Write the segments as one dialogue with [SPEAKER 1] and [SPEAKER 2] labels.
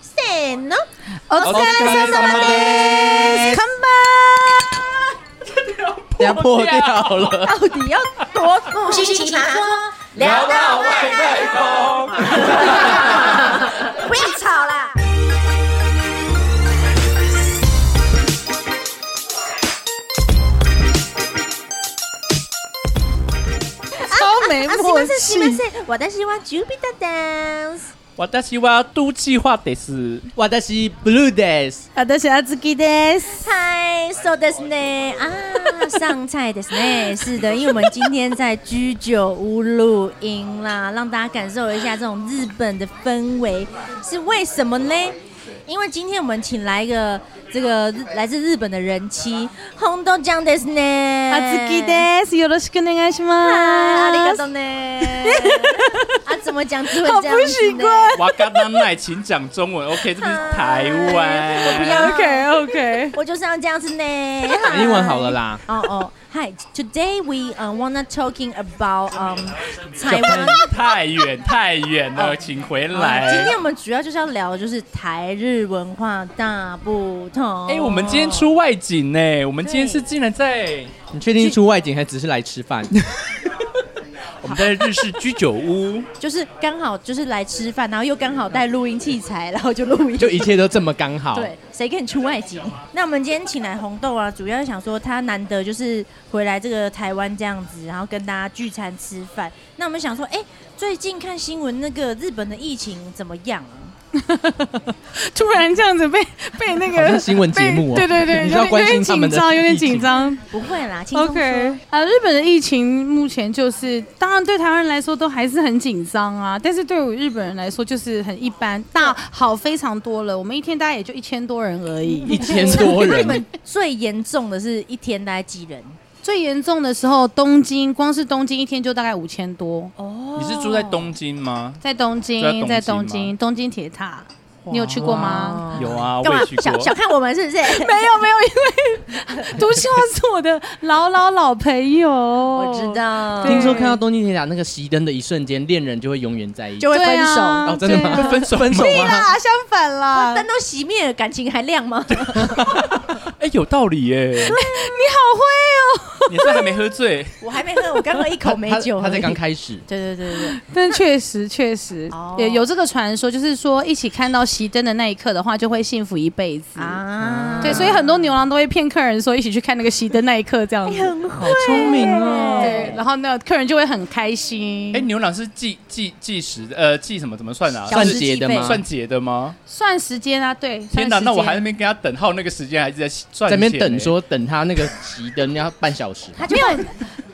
[SPEAKER 1] せーの。
[SPEAKER 2] お疲れ様です。看吧。要破掉了，
[SPEAKER 1] 到底要多不
[SPEAKER 3] 事情麻说，
[SPEAKER 4] 聊到外太空。
[SPEAKER 3] 不要吵啦！
[SPEAKER 1] 超没
[SPEAKER 3] 啊，すみ
[SPEAKER 1] 默
[SPEAKER 3] ません、すみま
[SPEAKER 1] 契？
[SPEAKER 3] せん、私はジュピターダンス。
[SPEAKER 4] 我的希望都计划得是
[SPEAKER 2] 我的是 Blue Days。
[SPEAKER 1] 好的，小阿兹基です。
[SPEAKER 3] 嗨，so ですね啊，上菜ですね，是的，因为我们今天在居酒屋录音啦，让大家感受一下这种日本的氛围，是为什么呢？因为今天我们请来一个这个日来自日本的人妻，红豆酱ですね，
[SPEAKER 1] 阿兹基です。よろしくお願いし
[SPEAKER 3] 嗨，啊阿里嘎
[SPEAKER 1] ます
[SPEAKER 3] 多。 呢，啊，怎么讲只会
[SPEAKER 1] 好
[SPEAKER 3] 这样
[SPEAKER 1] 不习
[SPEAKER 3] 子呢
[SPEAKER 1] 惯。
[SPEAKER 4] 瓦甘当奈，请讲中文，OK？这是台湾，
[SPEAKER 3] 我不要
[SPEAKER 1] OK OK。
[SPEAKER 3] 我就是要这样子呢。
[SPEAKER 2] 讲英文好了啦。
[SPEAKER 3] 哦哦，Hi, today we uh, wanna talking about um 台湾。
[SPEAKER 4] 湾太远太远了，请回来。
[SPEAKER 3] 今天我们主要就是要聊，就是台日文化大不同。
[SPEAKER 4] 哎、我们今天出外景呢、我们今天
[SPEAKER 3] 对
[SPEAKER 4] 是竟然在
[SPEAKER 2] 你确定是出外景还只是来吃饭？
[SPEAKER 4] 我们在日式居酒屋，
[SPEAKER 3] 就是刚好就是来吃饭，然后又刚好带录音器材，然后就录音。
[SPEAKER 2] 就一切都这么刚好？
[SPEAKER 3] 对，谁跟你出外景？那我们今天请来红豆啊，主要是想说他难得就是回来这个台湾这样子，然后跟大家聚餐吃饭。那我们想说，哎、最近看新闻那个日本的疫情怎么样啊？
[SPEAKER 1] 突然这样子被被那
[SPEAKER 2] 好像
[SPEAKER 1] 个
[SPEAKER 2] 新闻节目哦
[SPEAKER 1] 被对对对，
[SPEAKER 2] 你是要
[SPEAKER 1] 有点有
[SPEAKER 2] 关
[SPEAKER 1] 点
[SPEAKER 2] 心他们
[SPEAKER 1] 紧
[SPEAKER 2] 的
[SPEAKER 1] 张，有点
[SPEAKER 2] 疫情
[SPEAKER 1] 紧张。
[SPEAKER 3] 不会啦，轻松说。
[SPEAKER 1] OK 啊，日本的疫情目前就是，当然对台湾人来说都还是很紧张啊，但是对我日本人来说就是很一般，大好非常多了。我们一天大概也就一千多人而已，
[SPEAKER 2] 一千多
[SPEAKER 3] 欸 那你
[SPEAKER 2] 人
[SPEAKER 3] 们，最严重的是一天大概几人？
[SPEAKER 1] 最严重的时候，东京光是东京一天就大概五千多，
[SPEAKER 3] 哦
[SPEAKER 4] 你是住在？东京吗？
[SPEAKER 1] 在东京，在
[SPEAKER 4] 在
[SPEAKER 1] 东
[SPEAKER 4] 东京吗
[SPEAKER 1] 京，东京铁塔，你有去过吗？
[SPEAKER 4] 有
[SPEAKER 2] 哦
[SPEAKER 4] 啊，
[SPEAKER 3] 干
[SPEAKER 4] 我
[SPEAKER 3] 嘛
[SPEAKER 4] 也去？
[SPEAKER 3] 小
[SPEAKER 4] 过。
[SPEAKER 3] 小看我们是 不是？
[SPEAKER 1] 没有没有，因为 独秀是我的老老老朋友，我
[SPEAKER 3] 我知。道，
[SPEAKER 1] 对
[SPEAKER 2] 听说看到东京铁塔那个熄灯的一瞬间，恋人就会永远在一起
[SPEAKER 3] 就。会分
[SPEAKER 1] 对
[SPEAKER 3] 手。
[SPEAKER 1] 啊
[SPEAKER 2] 哦，真的吗？
[SPEAKER 1] 对啊
[SPEAKER 2] 分手分手吗？
[SPEAKER 1] 啊，相反啦，
[SPEAKER 3] 哦灯都熄灭了，感情还亮吗？
[SPEAKER 4] 哎、有道理耶、
[SPEAKER 1] 你好会哦。
[SPEAKER 4] 你是还没喝醉？
[SPEAKER 3] 我还没喝，我刚喝一口美
[SPEAKER 2] 他
[SPEAKER 3] 酒。
[SPEAKER 2] 他才刚。开始。
[SPEAKER 3] 对对对对，
[SPEAKER 1] 但确实确实
[SPEAKER 3] 哦
[SPEAKER 1] 也有这个传说，就是说一起看到熄灯的那一刻的话，就会幸福一辈子。
[SPEAKER 3] 啊，
[SPEAKER 1] 对，所以很多牛郎都会骗客人说一起去看那个熄灯那一刻 这样子，
[SPEAKER 2] 好聪明哦！
[SPEAKER 1] 对，然后那客人就会很开心。
[SPEAKER 4] 哎、牛郎是计计计时的，呃，计什么？怎么算啊？
[SPEAKER 3] 小
[SPEAKER 2] 算
[SPEAKER 3] 时
[SPEAKER 2] 节
[SPEAKER 3] 计
[SPEAKER 2] 的
[SPEAKER 3] 费
[SPEAKER 2] 吗？
[SPEAKER 4] 算节的吗？
[SPEAKER 1] 算时间啊，对，
[SPEAKER 4] 天哪，
[SPEAKER 1] 哪，
[SPEAKER 4] 那我还在那边跟他等号那个时间，还是在算
[SPEAKER 2] 在那边
[SPEAKER 4] 钱欸
[SPEAKER 2] 等，说等他那个熄灯要半小时。
[SPEAKER 3] 他就
[SPEAKER 1] 没有。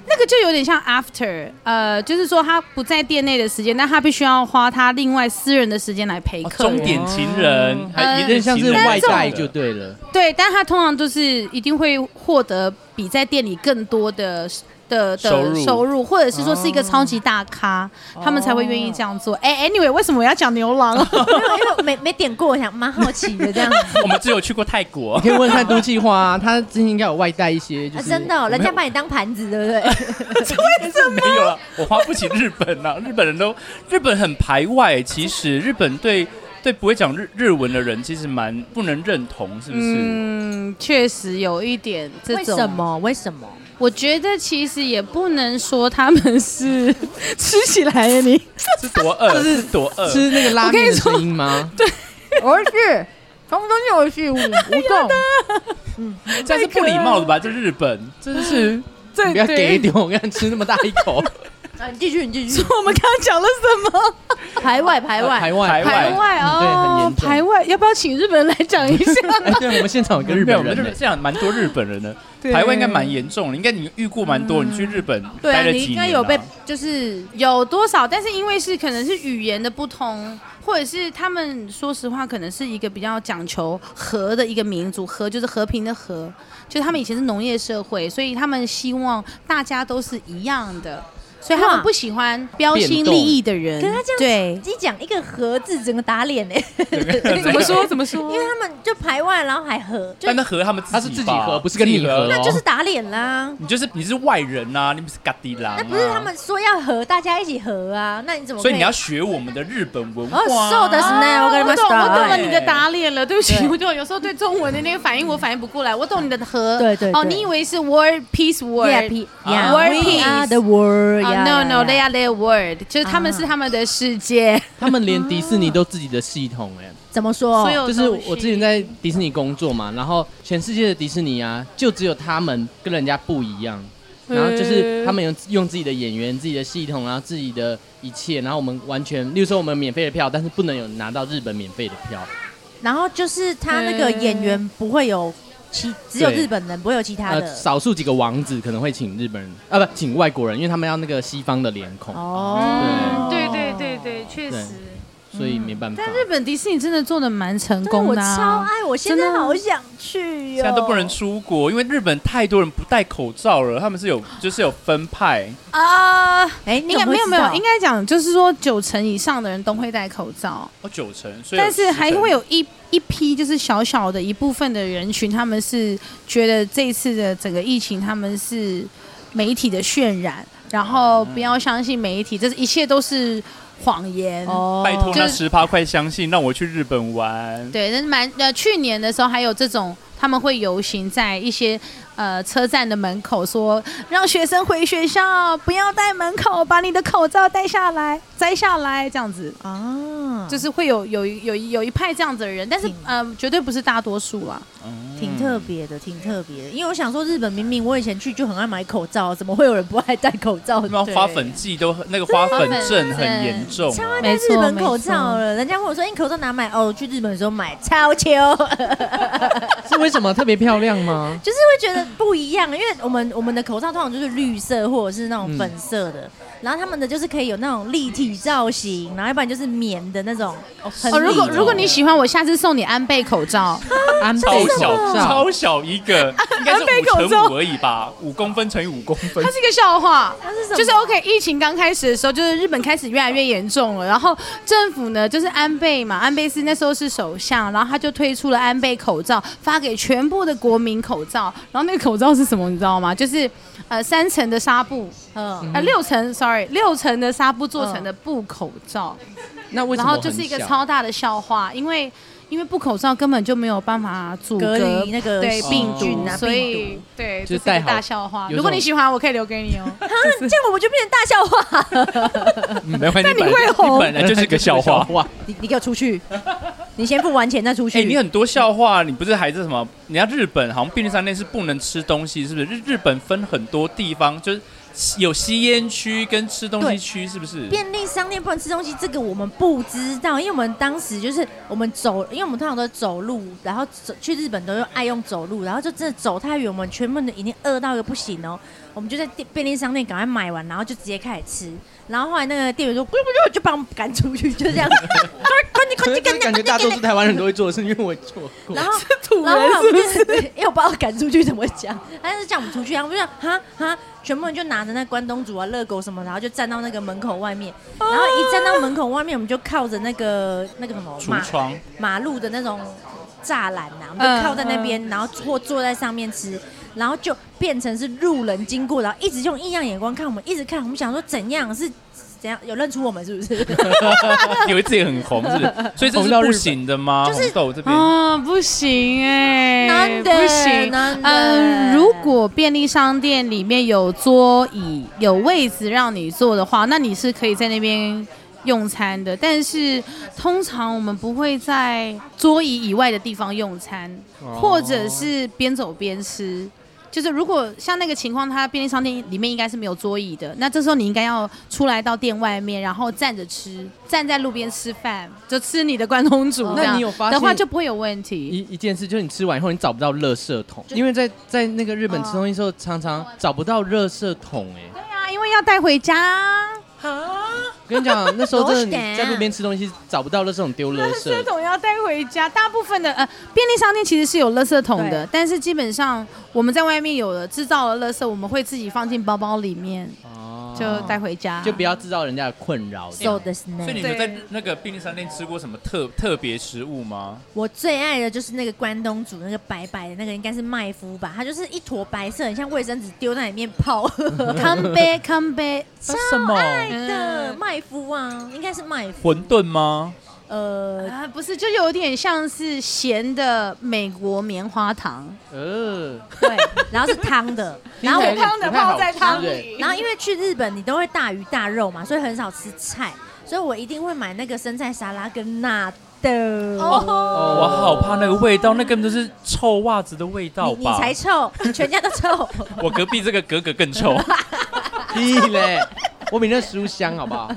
[SPEAKER 1] 那个就有点像 after，呃，就是说他不在店内的时间，但他必须要花他另外私人的时间来陪
[SPEAKER 4] 哦
[SPEAKER 1] 客人。
[SPEAKER 4] 终点情人，还
[SPEAKER 1] 呃
[SPEAKER 4] 一
[SPEAKER 2] 有点
[SPEAKER 4] 任
[SPEAKER 2] 像
[SPEAKER 4] 情
[SPEAKER 2] 是
[SPEAKER 4] 人
[SPEAKER 2] 外
[SPEAKER 4] 什么
[SPEAKER 2] 带
[SPEAKER 4] 的
[SPEAKER 2] 就对了，
[SPEAKER 1] 对，但他通常就是一定会获得比在店里更多的的的
[SPEAKER 4] 收入哦
[SPEAKER 1] 或者是说是一个超级大咖，他们才会愿意这样做。哎、a n y w a y 为什么我要讲牛 郎？
[SPEAKER 3] 没有，因为我没没点过，我想蛮好奇的这样子。
[SPEAKER 4] 我们只有去过泰国
[SPEAKER 2] 你，可以问看都计划啊，他之前应该有外带一些，就
[SPEAKER 3] 啊
[SPEAKER 2] 是
[SPEAKER 3] 真的哦，人家把你当盘子，对不对？
[SPEAKER 4] 没有了，啊我花不起日本啊，日本人都日本很排外欸，其实日本对对不会讲日日文的人其实蛮不能认同，是不是？
[SPEAKER 1] 嗯，确实有一点这
[SPEAKER 3] 为
[SPEAKER 1] 种。
[SPEAKER 3] 什？么？为什么？
[SPEAKER 1] 我觉得其实也不能说他们是 吃起来的你。
[SPEAKER 4] 是多饿，是多饿，
[SPEAKER 2] 吃那个拉
[SPEAKER 1] 我跟
[SPEAKER 2] 面
[SPEAKER 1] 你
[SPEAKER 2] 的
[SPEAKER 1] 说
[SPEAKER 2] 声音吗？
[SPEAKER 3] 而是 从中有序无 动。
[SPEAKER 4] 这样是不礼貌的吧？这日本真是
[SPEAKER 1] 对
[SPEAKER 2] 你不要给丢，我看吃那么大一口，
[SPEAKER 3] 啊，你继续，你继 续。
[SPEAKER 1] 我们刚刚讲了什么？
[SPEAKER 3] 排外，排外。
[SPEAKER 2] 排外
[SPEAKER 4] 排外
[SPEAKER 1] 外
[SPEAKER 2] 嗯对很
[SPEAKER 1] 哦
[SPEAKER 2] 严，重
[SPEAKER 1] 排外，要不要请日本人来讲一下？
[SPEAKER 2] 哎，对，我们现场有个日
[SPEAKER 4] 没有，我
[SPEAKER 2] 本
[SPEAKER 4] 们日
[SPEAKER 2] 人
[SPEAKER 4] 本
[SPEAKER 2] 呢，
[SPEAKER 4] 这样蛮多日本人的，
[SPEAKER 1] 对
[SPEAKER 4] 台湾应该蛮严重的，应该你遇过蛮多，你去日本
[SPEAKER 1] 对啊，
[SPEAKER 4] 待了
[SPEAKER 1] 你
[SPEAKER 4] 几
[SPEAKER 1] 应该
[SPEAKER 4] 年
[SPEAKER 1] 有被
[SPEAKER 4] 啊
[SPEAKER 1] 就是有多少，但是因为是可能是语言的不同，或者是他们说实话，可能是一个比较讲求和的一个民族，和就是和平的和，就是他们以前是农业社会，所以他们希望大家都是一样的。所以他
[SPEAKER 3] 哇
[SPEAKER 1] 们不喜欢标新立异的人。
[SPEAKER 3] 可是他这样
[SPEAKER 1] 嗯对，
[SPEAKER 3] 一讲一个“和”字，整个打脸哎，
[SPEAKER 1] 怎么说怎么说？
[SPEAKER 3] 因为他们就排外，然后还和，就
[SPEAKER 4] 但那和他们
[SPEAKER 2] 他是自己
[SPEAKER 4] 吧
[SPEAKER 2] 和不是跟你
[SPEAKER 4] 自己
[SPEAKER 2] 和哦
[SPEAKER 3] 那就是打脸啦。
[SPEAKER 4] 你就是你是外人呐、你不是嘎迪狼、啊，
[SPEAKER 3] 那不是他，们说要和，大家一起和啊？那你怎么可？
[SPEAKER 4] 所以你要学我们的日本文化、啊
[SPEAKER 3] 哦，so 的是呢，我跟你
[SPEAKER 1] 啊我
[SPEAKER 3] 们哎
[SPEAKER 1] 懂，我懂了
[SPEAKER 4] 对
[SPEAKER 1] 你的打脸了。对不起
[SPEAKER 3] 对，
[SPEAKER 1] 我就有时候对中文的那个反应我反应不过来。我懂你的和，
[SPEAKER 3] 对对对
[SPEAKER 1] 哦，你以为是 word peace word？
[SPEAKER 4] 啊
[SPEAKER 3] Yeah,
[SPEAKER 1] Word
[SPEAKER 3] we are
[SPEAKER 1] peace
[SPEAKER 3] the world. yeah.
[SPEAKER 1] 哦 no no, they are their world，就是他们
[SPEAKER 3] 啊
[SPEAKER 1] 是他们的世界。
[SPEAKER 2] 他们连迪士尼都自己的系统哎、
[SPEAKER 3] 怎么说
[SPEAKER 1] 所？有
[SPEAKER 2] 就是
[SPEAKER 1] 东西
[SPEAKER 2] 我之前在迪士尼工作嘛，然后全世界的迪士尼啊，就只有他们跟人家不一样。然后
[SPEAKER 1] 嗯
[SPEAKER 2] 就是他们用用自己的演员、自己的系统，然后自己的一切，然后我们完全，例如说我们免费的票，但是不能有拿到日本免费的票。
[SPEAKER 3] 然后就是他那个演员不会有其，只有
[SPEAKER 2] 对
[SPEAKER 3] 日本人，不会有其他
[SPEAKER 2] 呃，
[SPEAKER 3] 的。
[SPEAKER 2] 少数几个王子可能会请日本人，啊不，请外国人，因为他们要那个西方的脸孔，
[SPEAKER 4] 嗯
[SPEAKER 3] 哦，
[SPEAKER 1] 嗯对对对对，确
[SPEAKER 2] 对
[SPEAKER 1] 实。
[SPEAKER 2] 所以没办法。
[SPEAKER 1] 嗯但日本迪士尼真的做的蛮成
[SPEAKER 3] 但
[SPEAKER 1] 功
[SPEAKER 3] 我
[SPEAKER 1] 的、
[SPEAKER 3] 超
[SPEAKER 1] 啊，
[SPEAKER 3] 爱，我现在
[SPEAKER 1] 真的
[SPEAKER 3] 好想去哟。
[SPEAKER 4] 现在都不能出国，因为日本太多人不戴口罩了，他们是有就是有分派，
[SPEAKER 1] 啊、
[SPEAKER 3] 哎，你
[SPEAKER 1] 应该
[SPEAKER 3] 怎么
[SPEAKER 1] 没
[SPEAKER 3] 会
[SPEAKER 1] 有
[SPEAKER 3] 知
[SPEAKER 1] 没
[SPEAKER 3] 道
[SPEAKER 1] 有，应该讲就是说九成以上的人都会戴口罩，
[SPEAKER 4] 哦九成，所以有
[SPEAKER 1] 但是还
[SPEAKER 4] 10%
[SPEAKER 1] 会有一一批就是小小的一部分的人群，他们是觉得这一次的整个疫情他们是媒体的渲染，然
[SPEAKER 3] 哦
[SPEAKER 1] 后不要相信媒体，这是一切都是谎言。
[SPEAKER 3] 哦
[SPEAKER 4] 拜托
[SPEAKER 1] 就
[SPEAKER 4] 那
[SPEAKER 1] 是
[SPEAKER 4] 十趴快相信，让我去日本玩。
[SPEAKER 1] 对，但是蛮呃，去年的时候还有这种，他们会游行在一些呃车站的门口说，让学生回学校不要戴门口，把你的口罩戴下来，摘下来这样子，
[SPEAKER 3] 啊，
[SPEAKER 1] 就是会有有有有一派这样子的人，但是
[SPEAKER 3] 嗯
[SPEAKER 1] 呃，绝对不是大多数啦。嗯
[SPEAKER 3] 挺特别的，挺特别的。因为我想说，日本明明我以前去就很爱买口罩，怎么会有人不爱戴口罩？
[SPEAKER 4] 那么花粉季都那个花粉症很严重啊、
[SPEAKER 3] 超爱戴
[SPEAKER 1] 没
[SPEAKER 3] 日
[SPEAKER 1] 错
[SPEAKER 3] 本口罩了，人家问我说：“哎你口罩哪买？”哦，去日本的时候买，超秋，
[SPEAKER 2] 是为什么特别漂亮 吗？
[SPEAKER 3] 就是会觉得不一样。因为我们我们的口罩通常就是绿色或者是那
[SPEAKER 1] 嗯
[SPEAKER 3] 种粉色的，然后他们的就是可以有那种立体造型，然后要不然就是棉的那种。很
[SPEAKER 1] 哦，如果
[SPEAKER 3] 立体嗯
[SPEAKER 1] 如果你喜欢，我下次送你安倍口 罩。
[SPEAKER 2] 安倍
[SPEAKER 4] 超
[SPEAKER 2] 口
[SPEAKER 4] 小
[SPEAKER 2] 罩，
[SPEAKER 4] 超小一个，应该是
[SPEAKER 1] 安倍口
[SPEAKER 4] 五乘
[SPEAKER 1] 罩
[SPEAKER 4] 五而已吧，五公分乘以五公分
[SPEAKER 1] 它。是一个笑话，
[SPEAKER 3] 它是什么
[SPEAKER 1] 就是 OK，疫情刚开始的时候，就是日本开始越来越严重了，然后政府呢，就是安倍嘛，安倍是那时候是首相，然后他就推出了安倍口罩，发给全部的国民口罩，然后那个口罩是什么，你知道吗？就是呃三层的纱布，
[SPEAKER 3] 嗯，
[SPEAKER 1] 呃六层，sorry，六层的纱布做成的布口罩，
[SPEAKER 2] 那为什
[SPEAKER 1] 然
[SPEAKER 2] 么
[SPEAKER 1] 后
[SPEAKER 2] 很小？
[SPEAKER 1] 就是一个超大的笑话，因为。因为布口罩根本就没有办法阻
[SPEAKER 3] 隔
[SPEAKER 1] 隔
[SPEAKER 3] 离那个
[SPEAKER 1] 对
[SPEAKER 3] 病
[SPEAKER 1] 病
[SPEAKER 2] 毒
[SPEAKER 1] 菌
[SPEAKER 3] 啊
[SPEAKER 1] 所
[SPEAKER 3] 病
[SPEAKER 1] 以对，
[SPEAKER 2] 就
[SPEAKER 1] 这是
[SPEAKER 2] 是
[SPEAKER 1] 一
[SPEAKER 2] 戴
[SPEAKER 1] 个
[SPEAKER 2] 好
[SPEAKER 1] 大笑话。
[SPEAKER 2] 有
[SPEAKER 1] 如果
[SPEAKER 2] 种
[SPEAKER 1] 你喜欢，我可以留给你哦。
[SPEAKER 3] 啊， 这样我们就变成大笑话了。
[SPEAKER 4] 没关系，
[SPEAKER 1] 但你会
[SPEAKER 4] 你
[SPEAKER 1] 红
[SPEAKER 4] 本来 就是个 笑话。
[SPEAKER 3] 你你给我出去， 你先付完钱再出去。
[SPEAKER 4] 哎、你很多笑话，你不是还是什么？人家日本好像便利商店是不能吃东西，是不是？日日本分很多地方，就是有吸烟区跟吃东
[SPEAKER 3] 对
[SPEAKER 4] 西区，是不是？
[SPEAKER 3] 便利商店不能吃东西，这个我们不知道，因为我们当时就是我们走，因为我们通常都走路，然后走去日本都用爱用走路，然后就真的走太远，我们全部都已经饿到一个不行哦，我们就在店便利商店赶快买完，然后就直接开始吃，然后后来那个店员说，不不不，就把我们赶出去，就这 样，快点快
[SPEAKER 2] 可
[SPEAKER 3] 点
[SPEAKER 2] 是
[SPEAKER 3] 赶紧
[SPEAKER 2] 感觉大
[SPEAKER 3] 赶紧
[SPEAKER 2] 多数台湾人都会做的事，因为我也做过。
[SPEAKER 3] 然后
[SPEAKER 1] 土
[SPEAKER 3] 然后
[SPEAKER 1] 人
[SPEAKER 3] 我们就是，对 因为我不知道赶出去怎么讲，他是叫我们出去啊，我们就想哈哈，全部人就拿着那关东煮啊、热狗什么，然后就站到那个门口外面，然后一站到门口外面，我们就靠着那个那个什么
[SPEAKER 4] 橱
[SPEAKER 3] 马
[SPEAKER 4] 窗
[SPEAKER 3] 马路的那种栅栏呐、我
[SPEAKER 1] 嗯
[SPEAKER 3] 们就靠在那边，然后或坐在上面吃，然后就变成是路人经过，然后一直用异样眼光看我们，一直看，我们想说怎样是怎样有认出我们是不是？
[SPEAKER 4] 有一次也很红，是 不是？所以这
[SPEAKER 2] 红
[SPEAKER 4] 是
[SPEAKER 2] 到日
[SPEAKER 4] 不
[SPEAKER 2] 本
[SPEAKER 4] 行的吗？
[SPEAKER 3] 就是
[SPEAKER 4] 红豆这边、
[SPEAKER 1] 啊，不行 哎、
[SPEAKER 3] 难得
[SPEAKER 1] 不行。
[SPEAKER 3] 难得
[SPEAKER 1] 嗯，如果便利商店里面有桌椅、有位置让你坐的话，那你是可以在那边用餐的。但是通常我们不会在桌椅以外的地方用餐，
[SPEAKER 2] 哦
[SPEAKER 1] 或者是边走边吃。就是如果像那个情况，它便利商店里面应该是没有桌椅的，那这时候你应该要出来到店外面，然后站着吃，站在路边吃饭，就吃你的关东煮
[SPEAKER 3] 哦
[SPEAKER 1] 这样。
[SPEAKER 2] 那你有发现
[SPEAKER 1] 的话就不会有问题。
[SPEAKER 2] 一一件事，就是你吃完以后你找不到垃圾桶，
[SPEAKER 3] 就
[SPEAKER 2] 因为在在那个日本
[SPEAKER 1] 哦
[SPEAKER 2] 吃东西的时候，常常找不到垃圾桶哎。
[SPEAKER 1] 对啊，因为要带回家，
[SPEAKER 2] 我跟你讲，那时候真的
[SPEAKER 3] 螺旋啊
[SPEAKER 2] 你在路边吃东西找不到垃圾桶丢垃
[SPEAKER 1] 垃
[SPEAKER 2] 圾
[SPEAKER 1] 圾，桶要带回家。大部分的呃便利商店其实是有垃圾桶的
[SPEAKER 3] 对，
[SPEAKER 1] 但是基本上我们在外面有了制造了垃圾，我们会自己放进包包里面。
[SPEAKER 2] 哦
[SPEAKER 1] 就带回家，
[SPEAKER 2] 就不要制造人家的困扰。这样
[SPEAKER 3] ，so 的 s
[SPEAKER 4] 所
[SPEAKER 3] n
[SPEAKER 4] 以你
[SPEAKER 3] a
[SPEAKER 4] 们
[SPEAKER 1] 对
[SPEAKER 4] 在那个便利商店吃过什么特特别食物吗？
[SPEAKER 3] 我最爱的就是那个关东煮，那个白白的那个应该是麦麸吧，它就是一坨白色，很像卫生纸丢在里面泡。
[SPEAKER 1] come back come back，
[SPEAKER 4] 什么
[SPEAKER 3] 爱
[SPEAKER 2] 嗯
[SPEAKER 3] 的麦麸啊，应该是麦 麸。
[SPEAKER 4] 馄饨吗？
[SPEAKER 3] 呃，
[SPEAKER 1] 啊，不是，就有点像是咸的美国棉花糖，
[SPEAKER 2] 呃，
[SPEAKER 3] 对，然后是汤的，然后
[SPEAKER 2] 听
[SPEAKER 3] 我
[SPEAKER 2] 起来有点不太好
[SPEAKER 1] 泡在
[SPEAKER 2] 吃
[SPEAKER 1] 汤
[SPEAKER 2] 对
[SPEAKER 1] 里
[SPEAKER 3] 然后因为去日本你都会大鱼大肉嘛，所以很少吃菜，所以我一定会买那个生菜沙拉跟纳豆。
[SPEAKER 1] 哦，
[SPEAKER 4] 我好怕那个味道，那根本就是臭袜子的味道
[SPEAKER 3] 你你
[SPEAKER 4] 吧？
[SPEAKER 3] 才臭，你全家都 臭。
[SPEAKER 4] 我隔壁这个格格更臭，
[SPEAKER 2] 屁嘞！我比那食物香，好不好？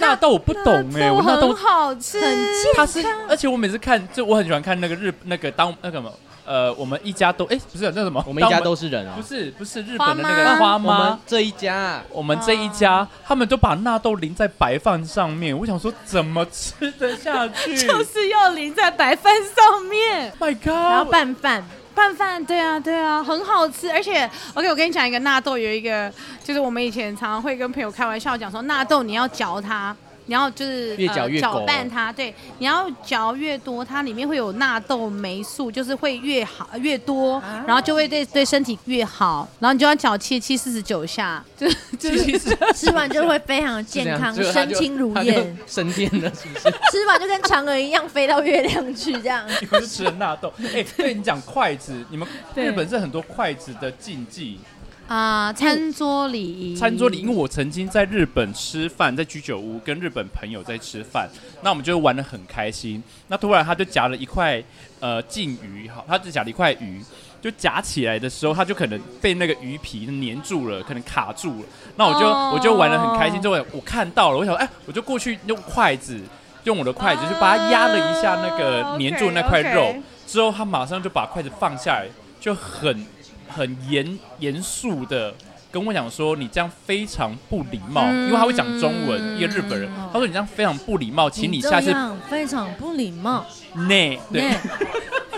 [SPEAKER 4] 纳豆我不懂哎，我纳
[SPEAKER 1] 很
[SPEAKER 4] 豆
[SPEAKER 1] 好吃，
[SPEAKER 3] 很健
[SPEAKER 4] 它是，而且我每次看，就我很喜欢看那个日那个当那个什么呃，我们一家都哎、不是那什么，
[SPEAKER 2] 我们一家
[SPEAKER 4] 当
[SPEAKER 2] 都是人
[SPEAKER 4] 不
[SPEAKER 2] 哦。
[SPEAKER 4] 是不是日本的那个
[SPEAKER 1] 花
[SPEAKER 4] 花
[SPEAKER 2] 我们
[SPEAKER 4] 妈。
[SPEAKER 2] 这一家啊
[SPEAKER 4] 我们这一家，他们都把纳豆淋在白饭上面，我想说怎么吃得下去
[SPEAKER 1] 就是要淋在白饭上面。
[SPEAKER 4] ？My God！
[SPEAKER 3] 然后拌饭，
[SPEAKER 1] 哦拌饭，对啊，对啊，很好吃。而且，OK，我跟你讲一个纳豆，有一个就是我们以前常常会跟朋友开玩笑讲说，纳豆你要嚼它，你要就是
[SPEAKER 2] 越嚼越
[SPEAKER 1] 呃、
[SPEAKER 2] 狗
[SPEAKER 1] 搅拌它，对，你要嚼越多，它里面会有纳豆酶素，就是会越好越多，然后就会对对身体越好。然后你就要嚼七七四十九下，就 就是
[SPEAKER 3] 吃完就会非常
[SPEAKER 2] 是这
[SPEAKER 3] 健
[SPEAKER 2] 样
[SPEAKER 3] 康，
[SPEAKER 2] 结果他
[SPEAKER 3] 身
[SPEAKER 2] 就
[SPEAKER 3] 轻如
[SPEAKER 2] 他就
[SPEAKER 3] 燕。
[SPEAKER 2] 升天了是不是？
[SPEAKER 3] 吃完就跟嫦娥一样飞到月亮去，这样。
[SPEAKER 4] 你们就吃了纳豆。哎、对你讲筷子，你们
[SPEAKER 1] 对
[SPEAKER 4] 日本是很多筷子的禁忌。
[SPEAKER 1] 啊、餐桌礼仪，
[SPEAKER 4] 餐桌里，因为我曾经在日本吃饭，在居酒屋跟日本朋友在吃饭，那我们就玩的很开心。那突然他就夹了一块呃鲫鱼，好，他只夹了一块鱼，就夹起来的时候，他就可能被那个鱼皮粘住了，可能卡住了。那我就、
[SPEAKER 1] 哦
[SPEAKER 4] 我就玩的很开心，就我我看到了，我想哎、我就过去用筷子。用我的筷子就把它压了一下那
[SPEAKER 1] 啊
[SPEAKER 4] 个
[SPEAKER 1] ，OK，
[SPEAKER 4] 粘住的那块肉
[SPEAKER 1] OK
[SPEAKER 4] 之后，他马上就把筷子放下来，就很很严严肃的跟我讲说，你这样非常不礼貌，
[SPEAKER 1] 嗯
[SPEAKER 4] 因为他会讲中文，一个日本人，他说你这样非常不礼貌，请你下次
[SPEAKER 3] 这样非常不礼貌。
[SPEAKER 4] 内对。
[SPEAKER 3] 呢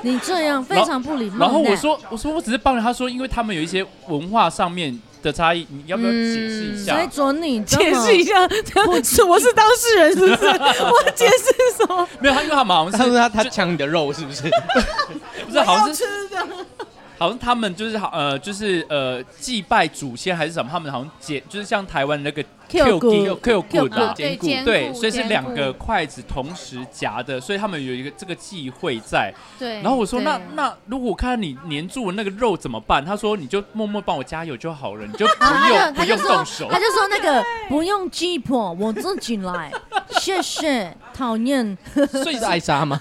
[SPEAKER 3] 你这样非常不礼貌。
[SPEAKER 4] 然后我
[SPEAKER 3] 呢，
[SPEAKER 4] 说我说我只是帮了他说，因为他们有一些文化上面的差异，你要不要解释一下？
[SPEAKER 3] 谁准你这
[SPEAKER 1] 解
[SPEAKER 3] 么
[SPEAKER 1] 释一下，是我是当事人是不 是？我解释什么？
[SPEAKER 4] 没有，他因为他们好
[SPEAKER 2] 他
[SPEAKER 4] 像
[SPEAKER 2] 说
[SPEAKER 4] 是
[SPEAKER 2] 他他抢你的肉是不是？
[SPEAKER 4] 不是好像是
[SPEAKER 1] 吃的。
[SPEAKER 4] 好像他们就是好呃就是呃祭拜祖先还是什么，他们好像解就是像台湾那个
[SPEAKER 3] Q 骨
[SPEAKER 4] Q 骨
[SPEAKER 2] 啊
[SPEAKER 4] 的，
[SPEAKER 1] 对
[SPEAKER 2] 兼顾
[SPEAKER 1] 兼
[SPEAKER 4] 对，
[SPEAKER 1] 顾
[SPEAKER 4] 所以是
[SPEAKER 1] 兼
[SPEAKER 4] 两
[SPEAKER 1] 顾
[SPEAKER 4] 个筷子同时夹的，所以他们有一个这个忌讳在。
[SPEAKER 1] 对。
[SPEAKER 4] 然后我说
[SPEAKER 1] 对
[SPEAKER 4] 那那如果我看到你粘住我那个肉怎么办？他说你就默默帮我加油就好了，你就不
[SPEAKER 3] 然后
[SPEAKER 4] 用不
[SPEAKER 3] 他就
[SPEAKER 4] 用
[SPEAKER 3] 他就
[SPEAKER 4] 动手
[SPEAKER 3] 说，他。就说那个不用鸡婆，我自己来，谢谢，讨厌。
[SPEAKER 4] 所以
[SPEAKER 2] 是艾莎吗？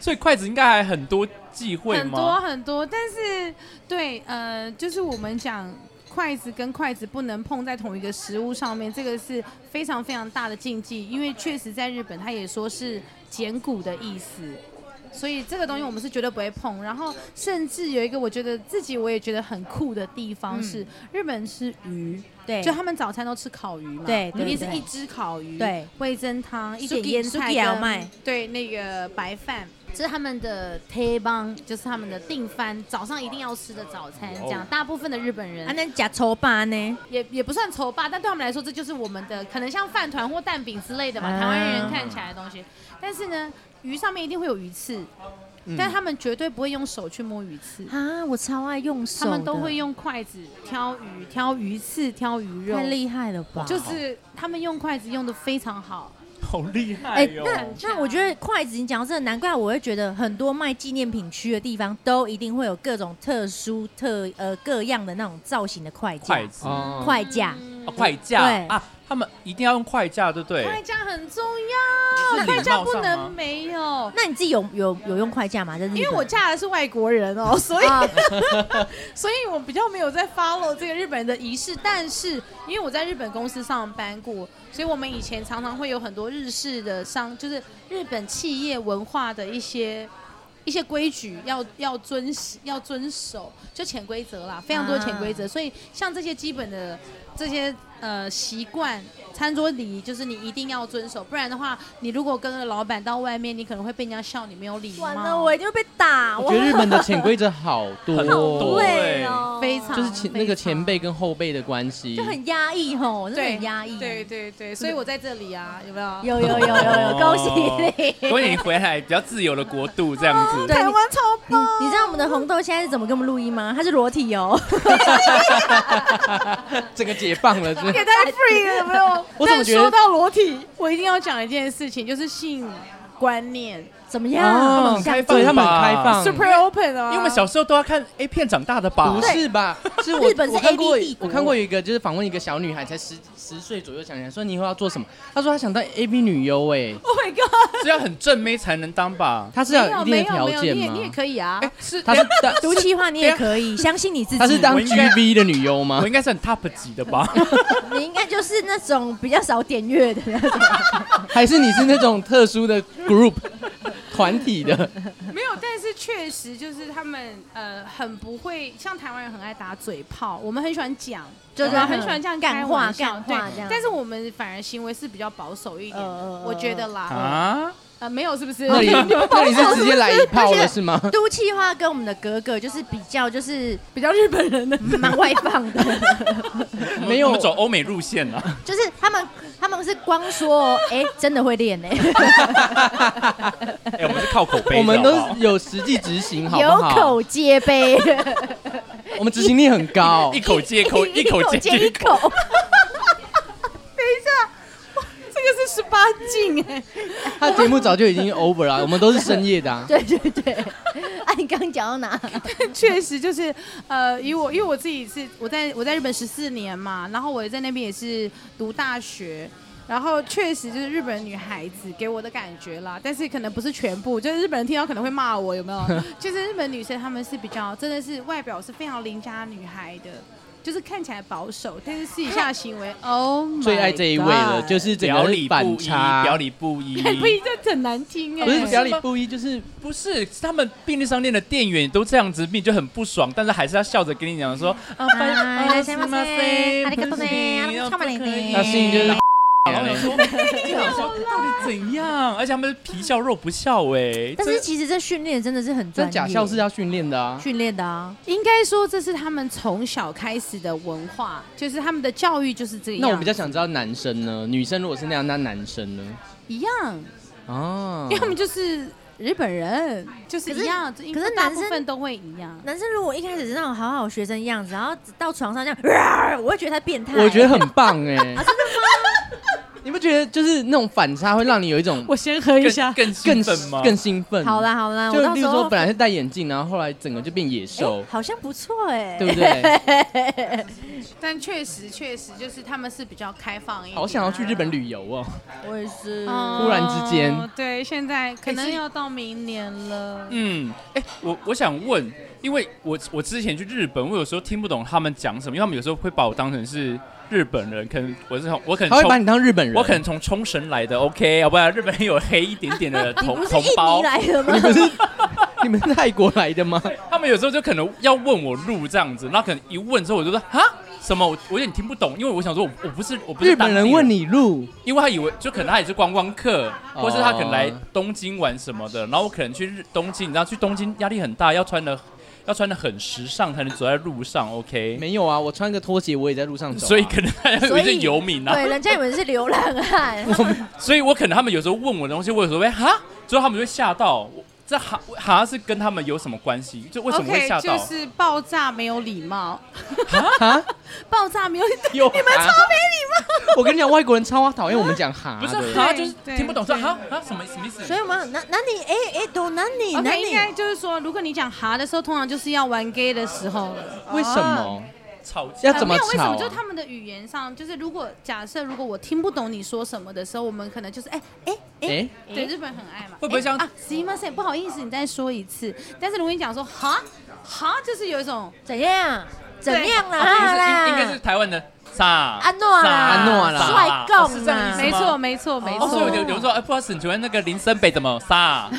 [SPEAKER 4] 所以筷子应该还很多忌讳
[SPEAKER 1] 很多
[SPEAKER 4] 吗？
[SPEAKER 1] 很多，但是对，呃，就是我们讲。筷子跟筷子不能碰在同一个食物上面，这个是非常非常大的禁忌，因为确实在日本，他也说是剪骨的意思，所以这个东西我们是绝对不会碰。然后甚至有一个我觉得自己我也觉得很酷的地方是，日本吃鱼，
[SPEAKER 3] 对
[SPEAKER 1] 就他们早餐都吃烤鱼嘛，
[SPEAKER 3] 对对
[SPEAKER 1] 一定是
[SPEAKER 3] 对
[SPEAKER 1] 一只烤鱼，
[SPEAKER 3] 对，
[SPEAKER 1] 味噌汤，一
[SPEAKER 3] 点
[SPEAKER 1] 点
[SPEAKER 3] 盐
[SPEAKER 1] 腌
[SPEAKER 3] 酥
[SPEAKER 1] 菜
[SPEAKER 3] 给
[SPEAKER 1] 跟
[SPEAKER 3] 要卖
[SPEAKER 1] 对，那个白饭，这是他们的 t 帮，就是他们的定番，早上一定要吃的早餐。这样，大部分的日本人、
[SPEAKER 3] 啊，那假丑吧呢？
[SPEAKER 1] 也也不算愁吧，但对他们来说，这就是我们的可能像饭团或蛋饼之类的嘛，
[SPEAKER 3] 啊
[SPEAKER 1] 台湾人看起来的东西。但是呢，鱼上面一定会有鱼刺，但他们绝对不会用手去摸鱼刺。
[SPEAKER 3] 啊，我超爱用手
[SPEAKER 1] 他
[SPEAKER 3] 的，
[SPEAKER 1] 们都会用筷子挑鱼、挑鱼刺、挑鱼肉
[SPEAKER 3] 太，厉害了
[SPEAKER 4] 啊
[SPEAKER 3] 吧？
[SPEAKER 1] 就是他们用筷子用的非常好。
[SPEAKER 4] 好厉害
[SPEAKER 3] 哎、
[SPEAKER 4] 哟！
[SPEAKER 3] 那那我觉得筷子，你讲到这个，难怪我会觉得很多卖纪念品区的地方都一定会有各种特殊特呃各样的那种造型的筷架，
[SPEAKER 4] 筷子啊，
[SPEAKER 2] 哦，
[SPEAKER 3] 筷架。
[SPEAKER 4] 筷架
[SPEAKER 3] 对
[SPEAKER 4] 啊，他们一定要用筷架，对不对？
[SPEAKER 1] 快嗯架很重要，
[SPEAKER 4] 是礼
[SPEAKER 1] 快
[SPEAKER 4] 貌
[SPEAKER 1] 架不
[SPEAKER 4] 上吗
[SPEAKER 1] 能没有。
[SPEAKER 3] 那你自己有有有用筷架吗？在日本
[SPEAKER 1] 因为我嫁的是外国人哦，所以、
[SPEAKER 3] 啊
[SPEAKER 1] 所以我比较没有在 follow 这个日本人的仪式，但是因为我在日本公司上班过，所以我们以前常常会有很多日式的商，就是日本企业文化的一些一些规矩要要遵要遵守，就潜规则啦，非常多的潜规则，所以像这些基本的这些呃习惯。餐桌礼仪就是你一定要遵守，不然的话，你如果跟着老板到外面，你可能会被人家笑你没有礼貌。
[SPEAKER 3] 完了，我一定会被打。
[SPEAKER 2] 我觉得日本的潜规则好多，
[SPEAKER 4] 很多
[SPEAKER 2] 哦，
[SPEAKER 3] 对哦，
[SPEAKER 1] 非常
[SPEAKER 2] 就是前那个前辈跟后辈的关系
[SPEAKER 3] 就。很压抑吼，真的
[SPEAKER 1] 对
[SPEAKER 3] 很压抑。
[SPEAKER 1] 对对对，所以我在这里啊，有没有？
[SPEAKER 3] 有有有有
[SPEAKER 4] 哦
[SPEAKER 3] 有，恭喜你！
[SPEAKER 4] 恭喜你回来，比较自由的国度这样子。
[SPEAKER 3] 对台湾
[SPEAKER 1] 超
[SPEAKER 3] 你你知道我们的红豆现在是怎么给我们录音吗？他是裸体哦，
[SPEAKER 2] 整个解放了，真的
[SPEAKER 1] 也太 free 了，有没有？
[SPEAKER 2] 我怎么
[SPEAKER 1] 但
[SPEAKER 2] 觉得
[SPEAKER 1] 说到裸体，我一定要讲一件事情，就是性观念
[SPEAKER 3] 怎么样？
[SPEAKER 2] 哦
[SPEAKER 3] 想
[SPEAKER 4] 开放
[SPEAKER 2] 对他们很
[SPEAKER 4] 吧
[SPEAKER 2] 开放。
[SPEAKER 1] super open 啊，
[SPEAKER 4] 因为我们小时候都要看 A 片长大的吧？
[SPEAKER 2] 不是吧？是我
[SPEAKER 3] 日本是
[SPEAKER 2] 我看过
[SPEAKER 3] AV 帝国
[SPEAKER 2] 我看过一个，就是访问一个小女孩，才十十岁左右，想想说你以后要做什么？她说她想当 AV 女优，哎，
[SPEAKER 1] Oh my god！
[SPEAKER 4] 是要很正妹才能当吧？
[SPEAKER 2] 她是
[SPEAKER 1] 没
[SPEAKER 2] 要
[SPEAKER 1] 有
[SPEAKER 2] 一定
[SPEAKER 1] 没有
[SPEAKER 2] 的条
[SPEAKER 1] 没有，
[SPEAKER 2] 件
[SPEAKER 1] 你也你也
[SPEAKER 2] 吗？哎
[SPEAKER 1] 可以啊，
[SPEAKER 4] 是
[SPEAKER 2] 她是当
[SPEAKER 3] 毒气话你也可以，相信你自己。
[SPEAKER 2] 她 是当
[SPEAKER 4] 我应该
[SPEAKER 2] GV 的女优吗
[SPEAKER 4] 我？应该是很 top 级的吧？
[SPEAKER 3] 你应该就是那种比较少点阅的那种。
[SPEAKER 2] 还是你是那种特殊的 group 团体的？
[SPEAKER 1] 没有，但是确实就是他们呃很不会，像台湾人很爱打嘴炮，我们很喜欢讲，
[SPEAKER 3] 对
[SPEAKER 1] 我们
[SPEAKER 3] 对
[SPEAKER 2] 嗯
[SPEAKER 1] 很喜欢这样
[SPEAKER 3] 干
[SPEAKER 1] 开
[SPEAKER 3] 话
[SPEAKER 1] 玩笑
[SPEAKER 3] 干
[SPEAKER 1] 对
[SPEAKER 3] 话这样
[SPEAKER 1] 但是我们反而行为是比较保守一点的
[SPEAKER 3] 呃，
[SPEAKER 1] 我觉得啦，
[SPEAKER 4] 啊，
[SPEAKER 1] 呃没有是不是？
[SPEAKER 2] 那你那你是直接来一炮了是吗？
[SPEAKER 3] 都气话跟我们的格格就是比较就是
[SPEAKER 1] 比较日本人的，
[SPEAKER 3] 蛮外放的，
[SPEAKER 4] 我们
[SPEAKER 2] 没有
[SPEAKER 4] 我们走欧美路线了。
[SPEAKER 3] 就是他们他们是光说哎、真的会练哎、
[SPEAKER 4] 哎，我们是靠口碑的，
[SPEAKER 2] 我们都
[SPEAKER 4] 好不好
[SPEAKER 2] 是有实际执行，好不
[SPEAKER 3] 有
[SPEAKER 2] 好？
[SPEAKER 3] 口皆碑，
[SPEAKER 2] 我们执行力很高
[SPEAKER 4] 一。口接口，一口接
[SPEAKER 3] 一口。
[SPEAKER 1] 这个是十八禁哎，
[SPEAKER 2] 他节目早就已经 over 了，我们都是深 夜的啊。
[SPEAKER 3] 对对对，啊，你刚刚讲到哪？
[SPEAKER 1] 确实就是，呃，以我因为我自己是我在我在日本十四年嘛，然后我在那边也是读大学，然后确实就是日本女孩子给我的感觉啦，但是可能不是全部，就是日本人听到可能会骂我有没有？ 就是日本女生她们是比较真的是外表是非常邻家女孩的。就是看起来保守，但是私底下行为，哦，
[SPEAKER 2] 最爱这一位了，就是整
[SPEAKER 4] Oh 表
[SPEAKER 2] 个
[SPEAKER 4] 里不
[SPEAKER 2] 反
[SPEAKER 4] 一，
[SPEAKER 2] 差，
[SPEAKER 4] 表里不一，
[SPEAKER 1] 不一这很难听哎、
[SPEAKER 2] 不是表里
[SPEAKER 4] 吗
[SPEAKER 2] 不一，就是
[SPEAKER 4] 不是，是他们便利商店的店员都这样子，你就很不爽，但是还是要笑着跟你讲说啊，拜
[SPEAKER 3] 啊
[SPEAKER 4] 啊，
[SPEAKER 3] すい
[SPEAKER 4] すい
[SPEAKER 3] ま
[SPEAKER 4] ま
[SPEAKER 3] せん
[SPEAKER 4] せん
[SPEAKER 3] ありがとうね
[SPEAKER 4] 不行
[SPEAKER 3] あの捕まれて
[SPEAKER 4] 不可以
[SPEAKER 2] 那事情就是
[SPEAKER 4] 哎然哎后我想说，你想说到底怎样？而且他们是皮笑肉不笑哎，
[SPEAKER 3] 但是
[SPEAKER 4] 这
[SPEAKER 3] 其实这训练真的是很专
[SPEAKER 2] 这
[SPEAKER 3] 业，
[SPEAKER 2] 假笑是要训练的啊。
[SPEAKER 3] 训练的啊。
[SPEAKER 1] 应该说这是他们从小开始的文化，就是他们的教育就是这样。
[SPEAKER 2] 那我比较想知道男生呢，女生如果是那样，那男生呢？
[SPEAKER 1] 一样，
[SPEAKER 2] 哦
[SPEAKER 1] 因为，他们就是日本人，就是一样，
[SPEAKER 3] 可是
[SPEAKER 1] 应该
[SPEAKER 3] 可是
[SPEAKER 1] 大
[SPEAKER 3] 男生
[SPEAKER 1] 部分都会一样。
[SPEAKER 3] 男生如果一开始是那种好好学生样子，然后到床上这样，我会觉得他变态。
[SPEAKER 2] 我觉得很棒哎。
[SPEAKER 3] 啊
[SPEAKER 2] 真的吗？ 你不觉得就是那种反差会让你有一种
[SPEAKER 1] 我先喝一
[SPEAKER 4] 更更
[SPEAKER 2] 更
[SPEAKER 4] 兴奋吗？
[SPEAKER 2] 更兴奋？
[SPEAKER 3] 好，啦好啦，
[SPEAKER 2] 就
[SPEAKER 3] 我到
[SPEAKER 2] 例
[SPEAKER 3] 时
[SPEAKER 2] 如说
[SPEAKER 3] 候
[SPEAKER 2] 本来是戴眼镜，然后后来整个就变野兽
[SPEAKER 3] 哎，好像不错哎，
[SPEAKER 2] 对不对？
[SPEAKER 1] 但确实确实就是他们是比较开放一点啊。
[SPEAKER 2] 好想要去日本旅游哦。
[SPEAKER 3] 我也是
[SPEAKER 1] 哦，
[SPEAKER 2] 忽然之间
[SPEAKER 1] 对，现在可能
[SPEAKER 4] 是
[SPEAKER 1] 要到明年了。
[SPEAKER 4] 嗯，哎、我我想问，因为我我之前去日本，我有时候听不懂他们讲什么，因为他们有时候会把我当成是日本人，可能我是从我可
[SPEAKER 2] 他
[SPEAKER 4] 能
[SPEAKER 2] 会把
[SPEAKER 4] 从
[SPEAKER 2] 你当日本人，
[SPEAKER 4] 我可能从冲绳来的，OK，要不然日本人有黑一点 点的
[SPEAKER 3] 你
[SPEAKER 4] 同
[SPEAKER 3] 不是
[SPEAKER 4] 同
[SPEAKER 3] 印
[SPEAKER 4] 胞
[SPEAKER 3] 尼，来的吗
[SPEAKER 2] 你？们是 你们是泰国来的吗？
[SPEAKER 4] 他们有时候就可能要问我路这样子，那可能一问之后我就说哈什么，我我有点听不懂，因为我想说我我不是我 不是
[SPEAKER 2] 日本人
[SPEAKER 4] 当地
[SPEAKER 2] 问，你路，
[SPEAKER 4] 因为他以为就可能他也是观光客，
[SPEAKER 2] 哦
[SPEAKER 4] 或是他可能来东京玩什么的，然后我可能去日东京，你知道去东京压力很大，要穿的要穿的很时尚才能走在路上，OK。
[SPEAKER 2] 没有啊，我穿个拖鞋，我也在路上走 啊。
[SPEAKER 4] 所以 可能 大家有
[SPEAKER 3] 所
[SPEAKER 4] 一些
[SPEAKER 3] 以
[SPEAKER 4] 游民啊，
[SPEAKER 3] 对，人家以为是流浪 汉，
[SPEAKER 4] 所以我可能他们有时候问我的东西，我有时候会哈，之后他们就会吓到。我这哈哈是跟他们有什么关系？就为什么会
[SPEAKER 1] OK，
[SPEAKER 4] 吓到
[SPEAKER 1] 就？是爆炸没有礼 貌，
[SPEAKER 2] 啊，
[SPEAKER 1] 爆炸没有礼
[SPEAKER 2] 有你们超没礼貌。我跟你讲，外国人超讨厌我们讲哈
[SPEAKER 4] 不是
[SPEAKER 2] 的
[SPEAKER 4] 哈，
[SPEAKER 1] 对
[SPEAKER 4] 就是
[SPEAKER 1] 对
[SPEAKER 4] 听不懂说
[SPEAKER 1] 对
[SPEAKER 4] 哈哈什么什么意思？
[SPEAKER 3] 所以我们那那你哎哎懂那你
[SPEAKER 1] 貌。
[SPEAKER 3] 那
[SPEAKER 1] OK，应该
[SPEAKER 3] 你
[SPEAKER 1] 就是说，如果你讲哈的时候，通常就是要玩 gay 的时候了。
[SPEAKER 2] 为什
[SPEAKER 3] 啊
[SPEAKER 2] 么？
[SPEAKER 4] 吵架
[SPEAKER 2] 要怎么
[SPEAKER 1] 呃没有为什
[SPEAKER 2] 吵
[SPEAKER 1] 么？就
[SPEAKER 2] 啊？
[SPEAKER 1] 他们的语言上，就是如果假设如果我听不懂你说什么的时候，我们可能就是哎哎哎，
[SPEAKER 2] 哎，
[SPEAKER 1] 对，日本很爱嘛。
[SPEAKER 4] 会不会像
[SPEAKER 1] 哎啊？すいません，不好意思，你再说一次。但是如果你讲说哈哈，就是有一种
[SPEAKER 3] 怎样怎样啦？
[SPEAKER 4] 啊不是
[SPEAKER 3] 啦
[SPEAKER 4] 应应该是台湾的萨
[SPEAKER 3] 安诺啦，
[SPEAKER 4] 安
[SPEAKER 2] 诺啊啦
[SPEAKER 3] 帅够
[SPEAKER 4] 是这样意思吗
[SPEAKER 1] 没错，没错，没
[SPEAKER 4] 哦，所以
[SPEAKER 1] 错
[SPEAKER 4] 有。有人说，哎，不好意思，请问那个林森北怎么杀？啊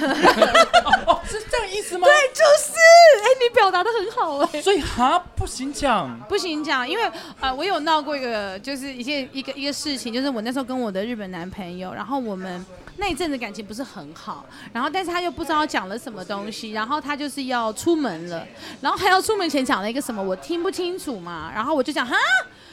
[SPEAKER 4] 哦， 是这样意思吗？
[SPEAKER 1] 对，就是，哎、你表达的很好哎、
[SPEAKER 4] 所以哈不行讲，
[SPEAKER 1] 不行讲，因为呃，我有闹过一个，就是一件一个一个事情，就是我那时候跟我的日本男朋友，然后我们那一阵子感情不是很好，然后但是他又不知道讲了什么东西，然后他就是要出门了，然后还要出门前讲了一个什么，我听不清楚嘛，然后我就讲哈。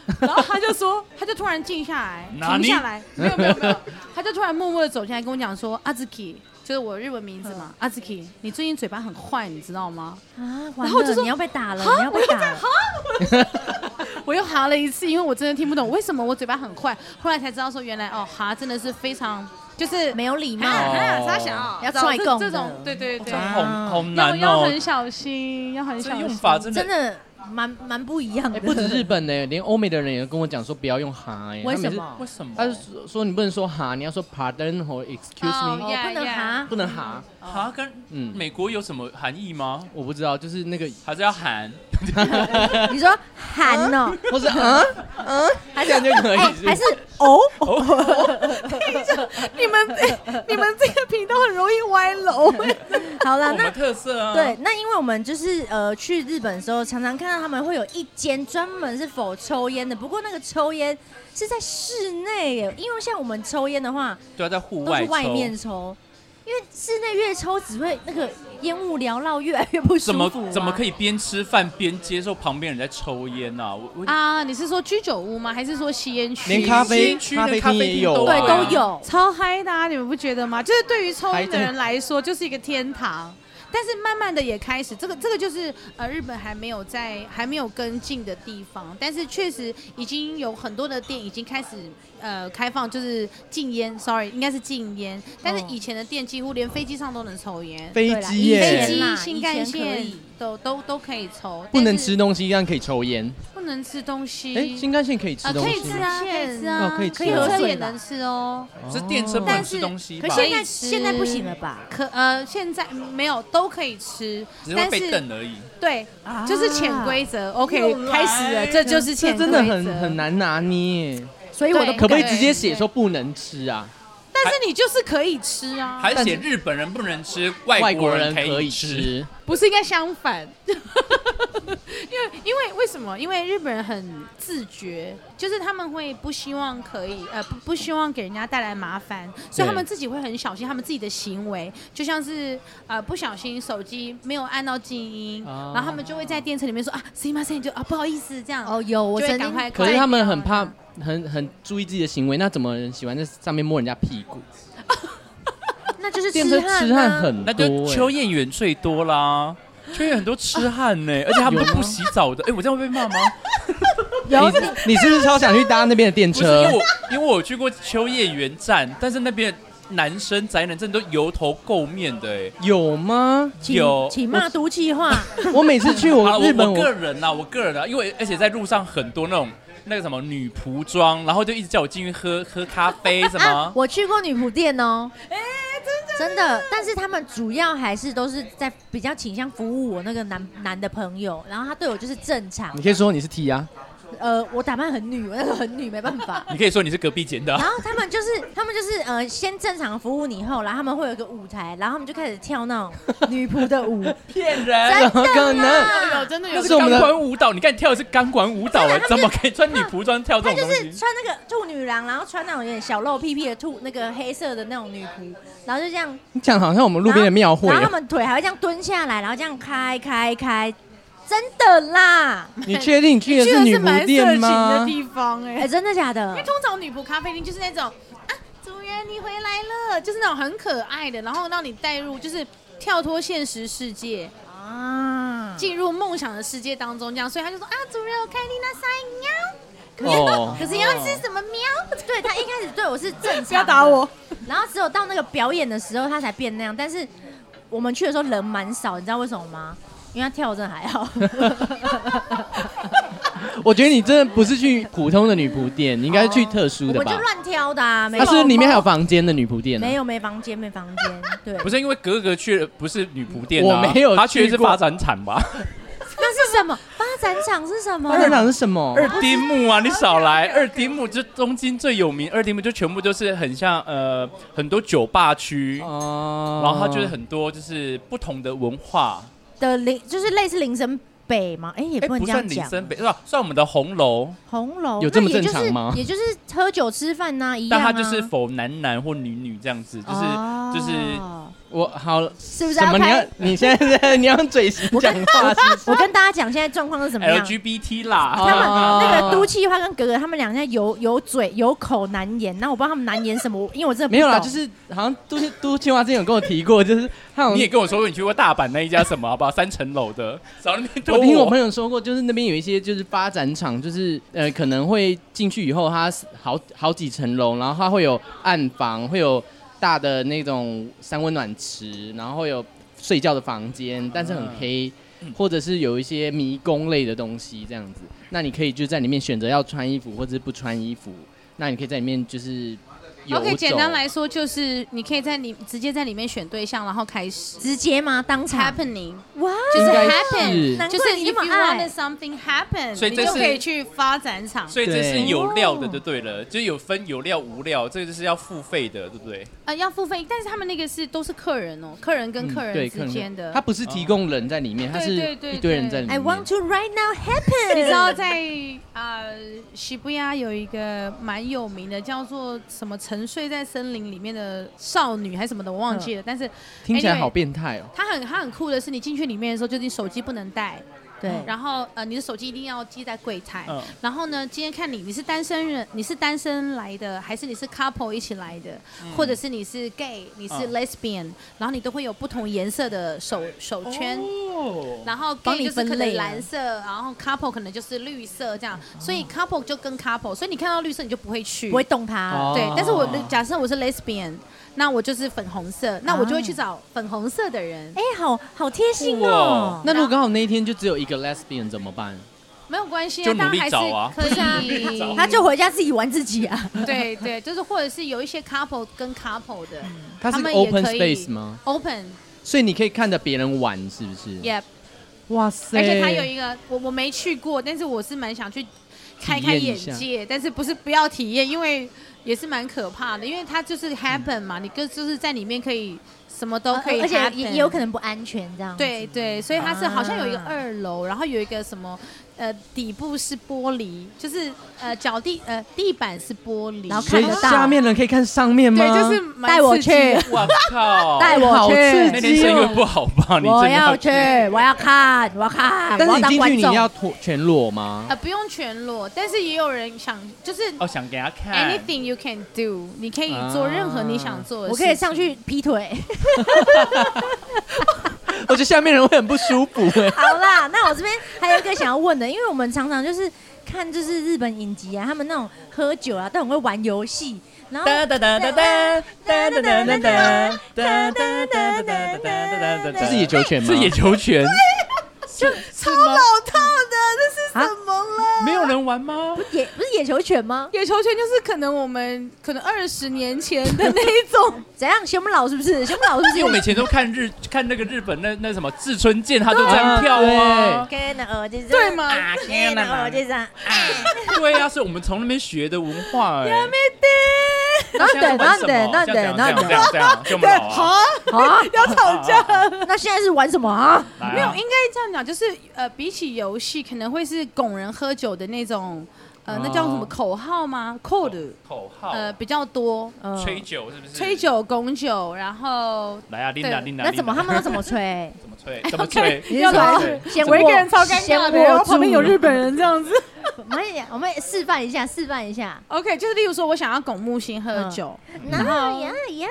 [SPEAKER 1] 然后他就说，他就突然静下来，
[SPEAKER 4] 哪
[SPEAKER 1] 停
[SPEAKER 4] 里
[SPEAKER 1] 下来，没有没有没有，他就突然默默的走进来跟我讲说，阿兹基，就是我日文名字嘛，阿兹基，你最近嘴巴很坏，你知道吗？
[SPEAKER 3] 啊，完
[SPEAKER 1] 然哦后我就
[SPEAKER 3] 了，
[SPEAKER 1] 说
[SPEAKER 3] 你要被打了，
[SPEAKER 1] 哈
[SPEAKER 3] 你要被打了，
[SPEAKER 1] 我又哈了一次，因为我真的听不懂为什么我嘴巴很快，后来才知道说原来哦哈真的是非常就是
[SPEAKER 3] 没有礼貌
[SPEAKER 1] 啊，啊傻小
[SPEAKER 4] 哦
[SPEAKER 3] 要
[SPEAKER 1] 知道
[SPEAKER 3] 踹
[SPEAKER 1] 这
[SPEAKER 3] 供
[SPEAKER 1] 这
[SPEAKER 3] 的
[SPEAKER 1] 种，对对对，
[SPEAKER 4] 好好
[SPEAKER 1] 要
[SPEAKER 4] 难
[SPEAKER 1] 嗯要
[SPEAKER 4] 哦，
[SPEAKER 1] 很小心，要很小
[SPEAKER 4] 这
[SPEAKER 1] 心。哦
[SPEAKER 4] 用法真
[SPEAKER 3] 真
[SPEAKER 4] 的
[SPEAKER 3] 的蛮蛮不一样的。
[SPEAKER 2] 不止日本呢、连欧美的人也跟我讲说不要用哈、欸，
[SPEAKER 3] 为
[SPEAKER 2] 他每
[SPEAKER 3] 什
[SPEAKER 2] 次？
[SPEAKER 3] 么
[SPEAKER 4] 为？什么？
[SPEAKER 2] 他就说说你不能说哈，你要说 pardon 或 excuse
[SPEAKER 1] 哦
[SPEAKER 2] me，、
[SPEAKER 3] 哦，
[SPEAKER 1] Yeah，
[SPEAKER 3] 不能
[SPEAKER 1] yeah
[SPEAKER 3] 哈
[SPEAKER 2] 不能哈。
[SPEAKER 4] 哈跟
[SPEAKER 2] 嗯
[SPEAKER 4] 美国有什么含义吗？
[SPEAKER 2] 我不知道，就是那个，
[SPEAKER 4] 还是要 喊？
[SPEAKER 3] 你说喊哦，
[SPEAKER 1] 啊
[SPEAKER 2] 或是 嗯嗯，
[SPEAKER 3] 还是
[SPEAKER 2] 这样就可以
[SPEAKER 3] 哎
[SPEAKER 2] 是不是
[SPEAKER 3] 还是哦，
[SPEAKER 1] 你们这你们这个频道很容易歪楼。
[SPEAKER 3] 好了，
[SPEAKER 4] 我
[SPEAKER 3] 那
[SPEAKER 4] 们特色啊，
[SPEAKER 3] 对，，那因为我们就是呃去日本的时候，常常看到他们会有一间专门是否抽烟的，不过那个抽烟是在室内耶，因为像我们抽烟的话
[SPEAKER 4] 对啊，在户
[SPEAKER 3] 都
[SPEAKER 4] 外
[SPEAKER 3] 是
[SPEAKER 4] 抽
[SPEAKER 3] 外面抽，因为室内越抽只会那个烟雾缭绕，越来越不舒
[SPEAKER 4] 怎
[SPEAKER 3] 服、
[SPEAKER 4] 么
[SPEAKER 3] 啊
[SPEAKER 4] 怎么可以边吃饭边接受旁边人在抽烟呢？我我
[SPEAKER 1] 啊，你是说居酒屋吗？还是说吸烟区？
[SPEAKER 2] 连咖啡
[SPEAKER 4] 新区
[SPEAKER 2] 咖
[SPEAKER 4] 的
[SPEAKER 2] 啡
[SPEAKER 4] 咖
[SPEAKER 2] 厅
[SPEAKER 4] 啡
[SPEAKER 2] 也
[SPEAKER 4] 厅
[SPEAKER 2] 有、
[SPEAKER 4] 都
[SPEAKER 3] 对
[SPEAKER 2] 啊，
[SPEAKER 3] 都有？
[SPEAKER 1] 超嗨的、啊，你们不觉得吗？就是对于抽烟的人来说，就是一个天堂。但是慢慢的也开始，这个这个就是呃日本还没有在还没有跟进的地方，但是确实已经有很多的店已经开始呃开放，就是禁烟，sorry 应该是禁烟，但是
[SPEAKER 3] 哦
[SPEAKER 1] 以前的店几乎连飞机上都能抽烟，
[SPEAKER 2] 飞
[SPEAKER 3] 对啦
[SPEAKER 2] 机
[SPEAKER 3] 以
[SPEAKER 2] 耶、
[SPEAKER 1] 飞
[SPEAKER 3] 前
[SPEAKER 1] 机
[SPEAKER 3] 啦、
[SPEAKER 1] 新干
[SPEAKER 3] 以前可
[SPEAKER 1] 线
[SPEAKER 3] 以
[SPEAKER 1] 都都都可以抽，
[SPEAKER 2] 不能
[SPEAKER 1] 但是
[SPEAKER 2] 吃东西，但可以抽烟。
[SPEAKER 1] 不能吃东西，
[SPEAKER 2] 哎、新干线可以吃
[SPEAKER 1] 啊
[SPEAKER 2] 东
[SPEAKER 1] 可
[SPEAKER 2] 西，
[SPEAKER 1] 以吃啊可以吃
[SPEAKER 2] 哦
[SPEAKER 1] 啊，
[SPEAKER 2] 可以吃
[SPEAKER 1] 可以
[SPEAKER 2] 啊
[SPEAKER 1] 车也能吃哦。
[SPEAKER 4] 是电车不能
[SPEAKER 1] 但
[SPEAKER 4] 吃
[SPEAKER 1] 是
[SPEAKER 4] 东西吧
[SPEAKER 3] 可？
[SPEAKER 1] 以
[SPEAKER 3] 现在
[SPEAKER 1] 吃
[SPEAKER 3] 现在不行了吧？
[SPEAKER 1] 可呃，现在没有都可以吃，
[SPEAKER 4] 只是会
[SPEAKER 1] 但
[SPEAKER 4] 被
[SPEAKER 1] 是
[SPEAKER 4] 瞪而已。
[SPEAKER 1] 对，
[SPEAKER 3] 啊
[SPEAKER 1] 就是潜规则。OK，
[SPEAKER 4] 又来
[SPEAKER 1] 开始了，这就是
[SPEAKER 2] 这
[SPEAKER 1] 潜规
[SPEAKER 2] 真
[SPEAKER 1] 则，
[SPEAKER 2] 的很很。难拿捏。
[SPEAKER 3] 所以我都
[SPEAKER 1] 对
[SPEAKER 2] 可不可以
[SPEAKER 1] 对
[SPEAKER 2] 直接写说不能吃啊？
[SPEAKER 1] 但是你就是可以吃啊，
[SPEAKER 4] 还写日本人不能吃，外
[SPEAKER 2] 外
[SPEAKER 4] 国
[SPEAKER 2] 国
[SPEAKER 4] 人
[SPEAKER 2] 人可以
[SPEAKER 4] 吃。
[SPEAKER 2] 吃，
[SPEAKER 1] 不是应该相反？ 因为因为为什么？因为日本人很自觉，就是他们会不希望可以呃不不希望给人家带来麻烦，所
[SPEAKER 2] 对
[SPEAKER 1] 以他们自己会很小心他们自己的行为，就像是呃不小心手机没有按到静音，
[SPEAKER 2] 哦
[SPEAKER 1] 然后他们就会在电车里面说啊 s 马 m 就啊不好意思这样，
[SPEAKER 3] 哦，有我
[SPEAKER 1] 就会
[SPEAKER 3] 曾
[SPEAKER 1] 赶
[SPEAKER 3] 经
[SPEAKER 1] 快
[SPEAKER 2] 可是
[SPEAKER 1] 快
[SPEAKER 2] 他们很怕，很很注意自己的行为。那怎么人喜欢在上面摸人家屁股？
[SPEAKER 3] 那就是
[SPEAKER 2] 电车
[SPEAKER 3] 痴汉、啊，
[SPEAKER 2] 痴汉很
[SPEAKER 4] 那
[SPEAKER 2] 多、
[SPEAKER 4] 就秋
[SPEAKER 2] 欸，
[SPEAKER 4] 叶原最多啦，秋叶原很多痴汉呢，而且他们都不洗澡的。哎，我这样会被骂吗？
[SPEAKER 2] 有你你是不是超想去搭那边的电
[SPEAKER 4] 不是，因
[SPEAKER 2] 车
[SPEAKER 4] 为？我因为我有去过秋叶原站，但是那边男生宅男真的都油头垢面的哎。
[SPEAKER 2] 有吗？
[SPEAKER 3] 请
[SPEAKER 4] 有
[SPEAKER 3] 请骂毒气话，
[SPEAKER 2] 我每次去
[SPEAKER 4] 啊
[SPEAKER 2] 我
[SPEAKER 4] 我
[SPEAKER 2] 日本，
[SPEAKER 4] 我个
[SPEAKER 2] 我
[SPEAKER 4] 人啦，我个人啦，啊因为而且在路上很多那种那个什么女仆装，然后就一直叫我进去喝喝咖啡什
[SPEAKER 3] 啊
[SPEAKER 4] 么，。。
[SPEAKER 3] 我去过女仆店哦，哎、真的但是他们主要还是都是在比较倾向服务我那个男男的朋友，然后他对我就是正常
[SPEAKER 2] 你，可以说你是 T 啊，
[SPEAKER 3] 呃，我打扮很女，我那时候很女，没办 法
[SPEAKER 4] 你可以说你是隔壁捡的啊
[SPEAKER 3] 然。后他们就是，他们就是呃，先正常服务你，后来他们会有一个舞台，然后他们就开始跳那种女仆的 舞，
[SPEAKER 4] 骗
[SPEAKER 3] 真
[SPEAKER 4] 人！
[SPEAKER 3] 的啊
[SPEAKER 2] 怎么 可
[SPEAKER 3] 啦
[SPEAKER 2] 能
[SPEAKER 1] 真的
[SPEAKER 4] 那
[SPEAKER 1] 有
[SPEAKER 4] 是
[SPEAKER 2] 是我
[SPEAKER 4] 钢
[SPEAKER 2] 们的
[SPEAKER 4] 管舞蹈，你看你跳的是钢管舞蹈哎，
[SPEAKER 3] 啊真的他
[SPEAKER 4] 怎
[SPEAKER 3] 们
[SPEAKER 4] 么可以穿女仆装跳这
[SPEAKER 3] 他
[SPEAKER 4] 种
[SPEAKER 3] 就
[SPEAKER 4] 东
[SPEAKER 3] 是
[SPEAKER 4] 西？
[SPEAKER 3] 穿那个兔女郎，然后穿那种有点小露屁屁的兔那个黑色的那种女仆，然后就这样
[SPEAKER 2] 你讲好像我们路边的庙会
[SPEAKER 3] 然后他
[SPEAKER 2] 哦。
[SPEAKER 3] 们腿还会这样蹲下来，然后这样开开开，真的啦！
[SPEAKER 2] 你确定你去的
[SPEAKER 1] 去
[SPEAKER 2] 是
[SPEAKER 1] 的
[SPEAKER 2] 女
[SPEAKER 1] 是蛮
[SPEAKER 2] 仆
[SPEAKER 1] 色情
[SPEAKER 2] 店
[SPEAKER 1] 的
[SPEAKER 2] 吗？
[SPEAKER 1] 地方哎、
[SPEAKER 3] 哎、
[SPEAKER 2] 哦
[SPEAKER 3] 真的假
[SPEAKER 1] 因为
[SPEAKER 3] 的？
[SPEAKER 1] 通常女仆咖啡厅就是那种啊，主人你回来了，就是那种很可爱的，然后让你带入，就是跳脱现实世界，
[SPEAKER 2] 哦
[SPEAKER 3] 啊，
[SPEAKER 1] 进入梦想的世界当中，这样。所以他就说啊，主人我看你那三喵，
[SPEAKER 2] 哦，
[SPEAKER 1] 可是你要吃什么喵？
[SPEAKER 3] 对他一开始对我是正常，
[SPEAKER 1] 不要打我。
[SPEAKER 3] 然后只有到那个表演的时候，他才变那样。但是我们去的时候人蛮少，你知道为什么吗？因为他跳的真的还 好。
[SPEAKER 2] 我觉得你真的不是去普通的女仆店，你应该是去特殊
[SPEAKER 3] 我
[SPEAKER 2] 的
[SPEAKER 3] 们
[SPEAKER 2] 吧
[SPEAKER 3] 就？乱挑的、啊，没
[SPEAKER 2] 那
[SPEAKER 3] 有。
[SPEAKER 2] 是不是里面还有房间的女仆店呢啊
[SPEAKER 3] 没？有没房间没房间，对，
[SPEAKER 4] 不是因为格格去的不是女仆店、啊，
[SPEAKER 2] 我没有
[SPEAKER 4] 他去的是
[SPEAKER 2] 去过
[SPEAKER 4] 发展厂吧？
[SPEAKER 3] 那是什么？发展场是什么？
[SPEAKER 2] 发展场是什
[SPEAKER 3] 哦
[SPEAKER 2] 么？
[SPEAKER 4] 二丁目啊，你少来！二丁目就东京最有名，二丁目就全部都是很像呃很多酒吧区，
[SPEAKER 2] 哦
[SPEAKER 4] 然后它就是很多就是不同的文化，
[SPEAKER 3] 的林，就是类似林森北嘛？哎，也
[SPEAKER 4] 哎，
[SPEAKER 3] 不能
[SPEAKER 4] 不
[SPEAKER 3] 这
[SPEAKER 4] 算
[SPEAKER 3] 样
[SPEAKER 4] 林
[SPEAKER 3] 讲。
[SPEAKER 4] 森北，算算我们的红楼，
[SPEAKER 3] 红楼
[SPEAKER 2] 有这么
[SPEAKER 3] 那也
[SPEAKER 2] 正常吗
[SPEAKER 3] 就是也就是喝酒吃饭呐，一样
[SPEAKER 4] 但
[SPEAKER 3] 啊。
[SPEAKER 4] 它就是否男男或女女这样子，就是就是
[SPEAKER 3] 哦
[SPEAKER 2] 我好了，
[SPEAKER 3] 是不是
[SPEAKER 2] 什
[SPEAKER 3] 要
[SPEAKER 2] 么？啊你要
[SPEAKER 3] 拍？
[SPEAKER 2] 你现在 在你要用嘴型讲话是不是？
[SPEAKER 3] 我跟大家讲现在状况是怎么样。
[SPEAKER 4] LGBT 啦，
[SPEAKER 3] 他们
[SPEAKER 2] 哦
[SPEAKER 3] 那个都气话跟格格他们俩现在有有嘴有口难言，那我不知道他们难言什么，我因为我真的不
[SPEAKER 2] 没有啦，
[SPEAKER 3] 懂
[SPEAKER 2] 就是好像都是都青蛙之前有跟我提过，就是他好
[SPEAKER 4] 你也
[SPEAKER 2] 像
[SPEAKER 4] 跟我说过你去过大阪那一家什么，好不好？三层楼的，少那边
[SPEAKER 2] 我
[SPEAKER 4] 多
[SPEAKER 2] 听我朋友说过，就是那边有一些就是发展厂，就是呃可能会进去以后，它是好好几层楼，然后它会有暗房，会有大的那种三温暖池，然后会有睡觉的房间，但是很黑。或者是有一些迷宫类的东西这样子，那你可以就在里面选择要穿衣服或者是不穿衣服，那你可以在里面就是游走。
[SPEAKER 1] OK，简单来说就是，你可以在里直接在里面选对象，然后开始
[SPEAKER 3] 直接吗？当场
[SPEAKER 1] happening，
[SPEAKER 3] 哇，
[SPEAKER 1] 就是
[SPEAKER 2] 应该是
[SPEAKER 1] happen，
[SPEAKER 3] 难
[SPEAKER 1] 就
[SPEAKER 3] 怪
[SPEAKER 1] 是
[SPEAKER 3] 你
[SPEAKER 1] if
[SPEAKER 3] 那
[SPEAKER 1] you
[SPEAKER 3] 么爱
[SPEAKER 1] want something happen，
[SPEAKER 4] 所以
[SPEAKER 1] 你
[SPEAKER 4] 这
[SPEAKER 1] 就是可以去发展场。
[SPEAKER 4] 所以这是
[SPEAKER 2] 对
[SPEAKER 4] 有料的，就对了，就有分有料无料，这个就是要付费的，对不对？
[SPEAKER 1] 呃，要付费，但是他们那个是都是客人哦，客人跟客
[SPEAKER 2] 嗯对
[SPEAKER 1] 人之间的。哦
[SPEAKER 2] 他不是提供人在里面，他是
[SPEAKER 1] 对对对
[SPEAKER 2] 一堆人在里面。
[SPEAKER 3] I want to right now happen。
[SPEAKER 1] 你知道在呃西布亚有一个蛮有名的，叫做什么“沉睡在森林里面的少女”还是什么的，我忘记
[SPEAKER 4] 嗯
[SPEAKER 1] 了。但是
[SPEAKER 2] 听起来好变态哦。
[SPEAKER 1] 它很它很酷的是，你进去里面的时候，就是你手机不能带，
[SPEAKER 3] 对，
[SPEAKER 1] 然后呃你的手机一定要记在柜台。
[SPEAKER 4] 嗯
[SPEAKER 1] 然后呢，今天看你你是单身人，你是单身来的，还是你是 couple 一起来的，或者是你是 gay，你是
[SPEAKER 4] 嗯
[SPEAKER 1] lesbian，、然后你都会有不同颜色的手手圈。
[SPEAKER 4] 哦，
[SPEAKER 1] 然后
[SPEAKER 3] 帮
[SPEAKER 1] gay
[SPEAKER 3] 你
[SPEAKER 1] 就是可
[SPEAKER 3] 分
[SPEAKER 1] 能
[SPEAKER 3] 类啊哦
[SPEAKER 1] 蓝色，然后 couple 可能就是绿色这样，所以 couple 就跟 couple，所以你看到绿色你就不会去，
[SPEAKER 3] 不会动它。
[SPEAKER 2] 哦
[SPEAKER 1] 对。但是我假设我是 lesbian，那我就是粉红色，那我就会去找粉红色的人，
[SPEAKER 3] 啊哎，好好贴心
[SPEAKER 4] 酷
[SPEAKER 3] 哦
[SPEAKER 4] 哦。
[SPEAKER 2] 那如果刚好那一天就只有一个 lesbian 怎么办？
[SPEAKER 1] 没有关系，
[SPEAKER 4] 就
[SPEAKER 1] 啊，
[SPEAKER 4] 努
[SPEAKER 1] 当
[SPEAKER 4] 力
[SPEAKER 1] 然还
[SPEAKER 4] 找啊
[SPEAKER 1] 是可以，
[SPEAKER 3] 他就回家自己玩自己啊。
[SPEAKER 1] 对对，就是或者是有一些 couple 跟 couple 的，
[SPEAKER 2] 嗯它是
[SPEAKER 1] 们也
[SPEAKER 2] open
[SPEAKER 1] 可以
[SPEAKER 2] space 吗？
[SPEAKER 1] ？Open，
[SPEAKER 2] 所以你可以看着别人玩，是不是
[SPEAKER 1] y e p
[SPEAKER 2] 哇塞！
[SPEAKER 1] 而且它有一个，我我没去过，但是我是蛮想去开开
[SPEAKER 2] 体验
[SPEAKER 1] 眼
[SPEAKER 2] 一下
[SPEAKER 1] 界，但是不是不要体验，因为也是蛮可怕的，因为它就是
[SPEAKER 2] 嗯
[SPEAKER 1] happen 嘛，你跟就是在里面可以什么都可以 happen，
[SPEAKER 3] 呃而且也也有可能不安全这样。，
[SPEAKER 1] 对对，所以它是好像有一个
[SPEAKER 3] 啊
[SPEAKER 1] 二楼，然后有一个什么。呃，底部是玻璃，就是呃脚地呃地板是玻璃，
[SPEAKER 3] 然后
[SPEAKER 2] 所
[SPEAKER 3] 看
[SPEAKER 2] 以
[SPEAKER 3] 得到
[SPEAKER 2] 下面人可以看上面吗？
[SPEAKER 1] 对，就是蛮
[SPEAKER 3] 带我
[SPEAKER 1] 刺激
[SPEAKER 3] 去
[SPEAKER 1] 的
[SPEAKER 4] 我靠，
[SPEAKER 3] 带我
[SPEAKER 2] 好刺
[SPEAKER 3] 去，
[SPEAKER 4] 那
[SPEAKER 2] 激
[SPEAKER 4] 天生意会不好吧？你真
[SPEAKER 3] 我
[SPEAKER 4] 的
[SPEAKER 3] 要去，我要看，我要看，
[SPEAKER 2] 但
[SPEAKER 3] 我
[SPEAKER 2] 是你
[SPEAKER 3] 当
[SPEAKER 2] 进去
[SPEAKER 3] 观
[SPEAKER 2] 你
[SPEAKER 3] 众。
[SPEAKER 2] 要脱全裸吗？
[SPEAKER 1] 呃不用全裸，但是也有人想就是
[SPEAKER 4] 哦，想给他
[SPEAKER 2] 啊
[SPEAKER 4] 看
[SPEAKER 1] anything you can do，你可以做任何你想做的
[SPEAKER 3] 我
[SPEAKER 1] 事情，
[SPEAKER 3] 可以上去劈 腿。
[SPEAKER 2] 我觉得下面人会很不舒 服哎。
[SPEAKER 3] 好啦，那我这边还有一个想要问的，因为我们常常就是看就是日本影集啊，他们那种喝酒啊，但很会玩游戏，然后。啊
[SPEAKER 4] 哒哒哒哒哒哒哒哒哒哒哒哒哒哒哒哒哒哒，
[SPEAKER 2] 这是野球拳吗？
[SPEAKER 4] 是野球拳，就超老套
[SPEAKER 3] 啊
[SPEAKER 4] 的，这是么了？没有人玩吗？
[SPEAKER 3] 野不是野球犬吗？
[SPEAKER 1] 野球圈就是可能我们可能二十年前的那一 种，
[SPEAKER 3] 怎样？熊本佬是不 是？熊本佬是不
[SPEAKER 4] 因为我们以
[SPEAKER 3] 是？
[SPEAKER 4] 前都看日看那个日本那那什么志村健，他都这样跳啊，
[SPEAKER 3] 跟了耳机
[SPEAKER 1] 对吗
[SPEAKER 3] 跟了耳机上，
[SPEAKER 4] 对啊，是我们从那边学的文化哎。
[SPEAKER 3] 然后等，然后等，然后
[SPEAKER 4] 这
[SPEAKER 3] 等，
[SPEAKER 4] 样
[SPEAKER 3] 然后
[SPEAKER 4] 这样
[SPEAKER 3] 等，
[SPEAKER 4] 这样，这样这样这样就我们老啊，
[SPEAKER 3] 啊！
[SPEAKER 1] 要吵
[SPEAKER 4] 架
[SPEAKER 3] 那现在是玩什么啊？
[SPEAKER 1] 没有，应该这样讲，就是呃，比起游戏，可能会是拱人喝酒的那种，呃，那叫什么
[SPEAKER 4] 哦
[SPEAKER 1] 口号吗？code，
[SPEAKER 4] 口号，
[SPEAKER 1] 呃，比较多，
[SPEAKER 3] 嗯
[SPEAKER 4] 吹酒是不是？
[SPEAKER 1] 吹，酒、拱酒，然后
[SPEAKER 4] 来啊，琳达，
[SPEAKER 1] 对
[SPEAKER 4] 琳达，
[SPEAKER 3] 那怎么
[SPEAKER 4] Linda
[SPEAKER 3] 他们都怎么吹？
[SPEAKER 4] 怎么吹？怎么吹？
[SPEAKER 3] 你是说先握先握住
[SPEAKER 1] 本 人这样子。
[SPEAKER 3] 我们也我们也示范一下，示范一下。
[SPEAKER 1] OK，就是例如说，我想要拱木星喝酒，
[SPEAKER 4] 嗯
[SPEAKER 1] 啊
[SPEAKER 3] 然后呀呀，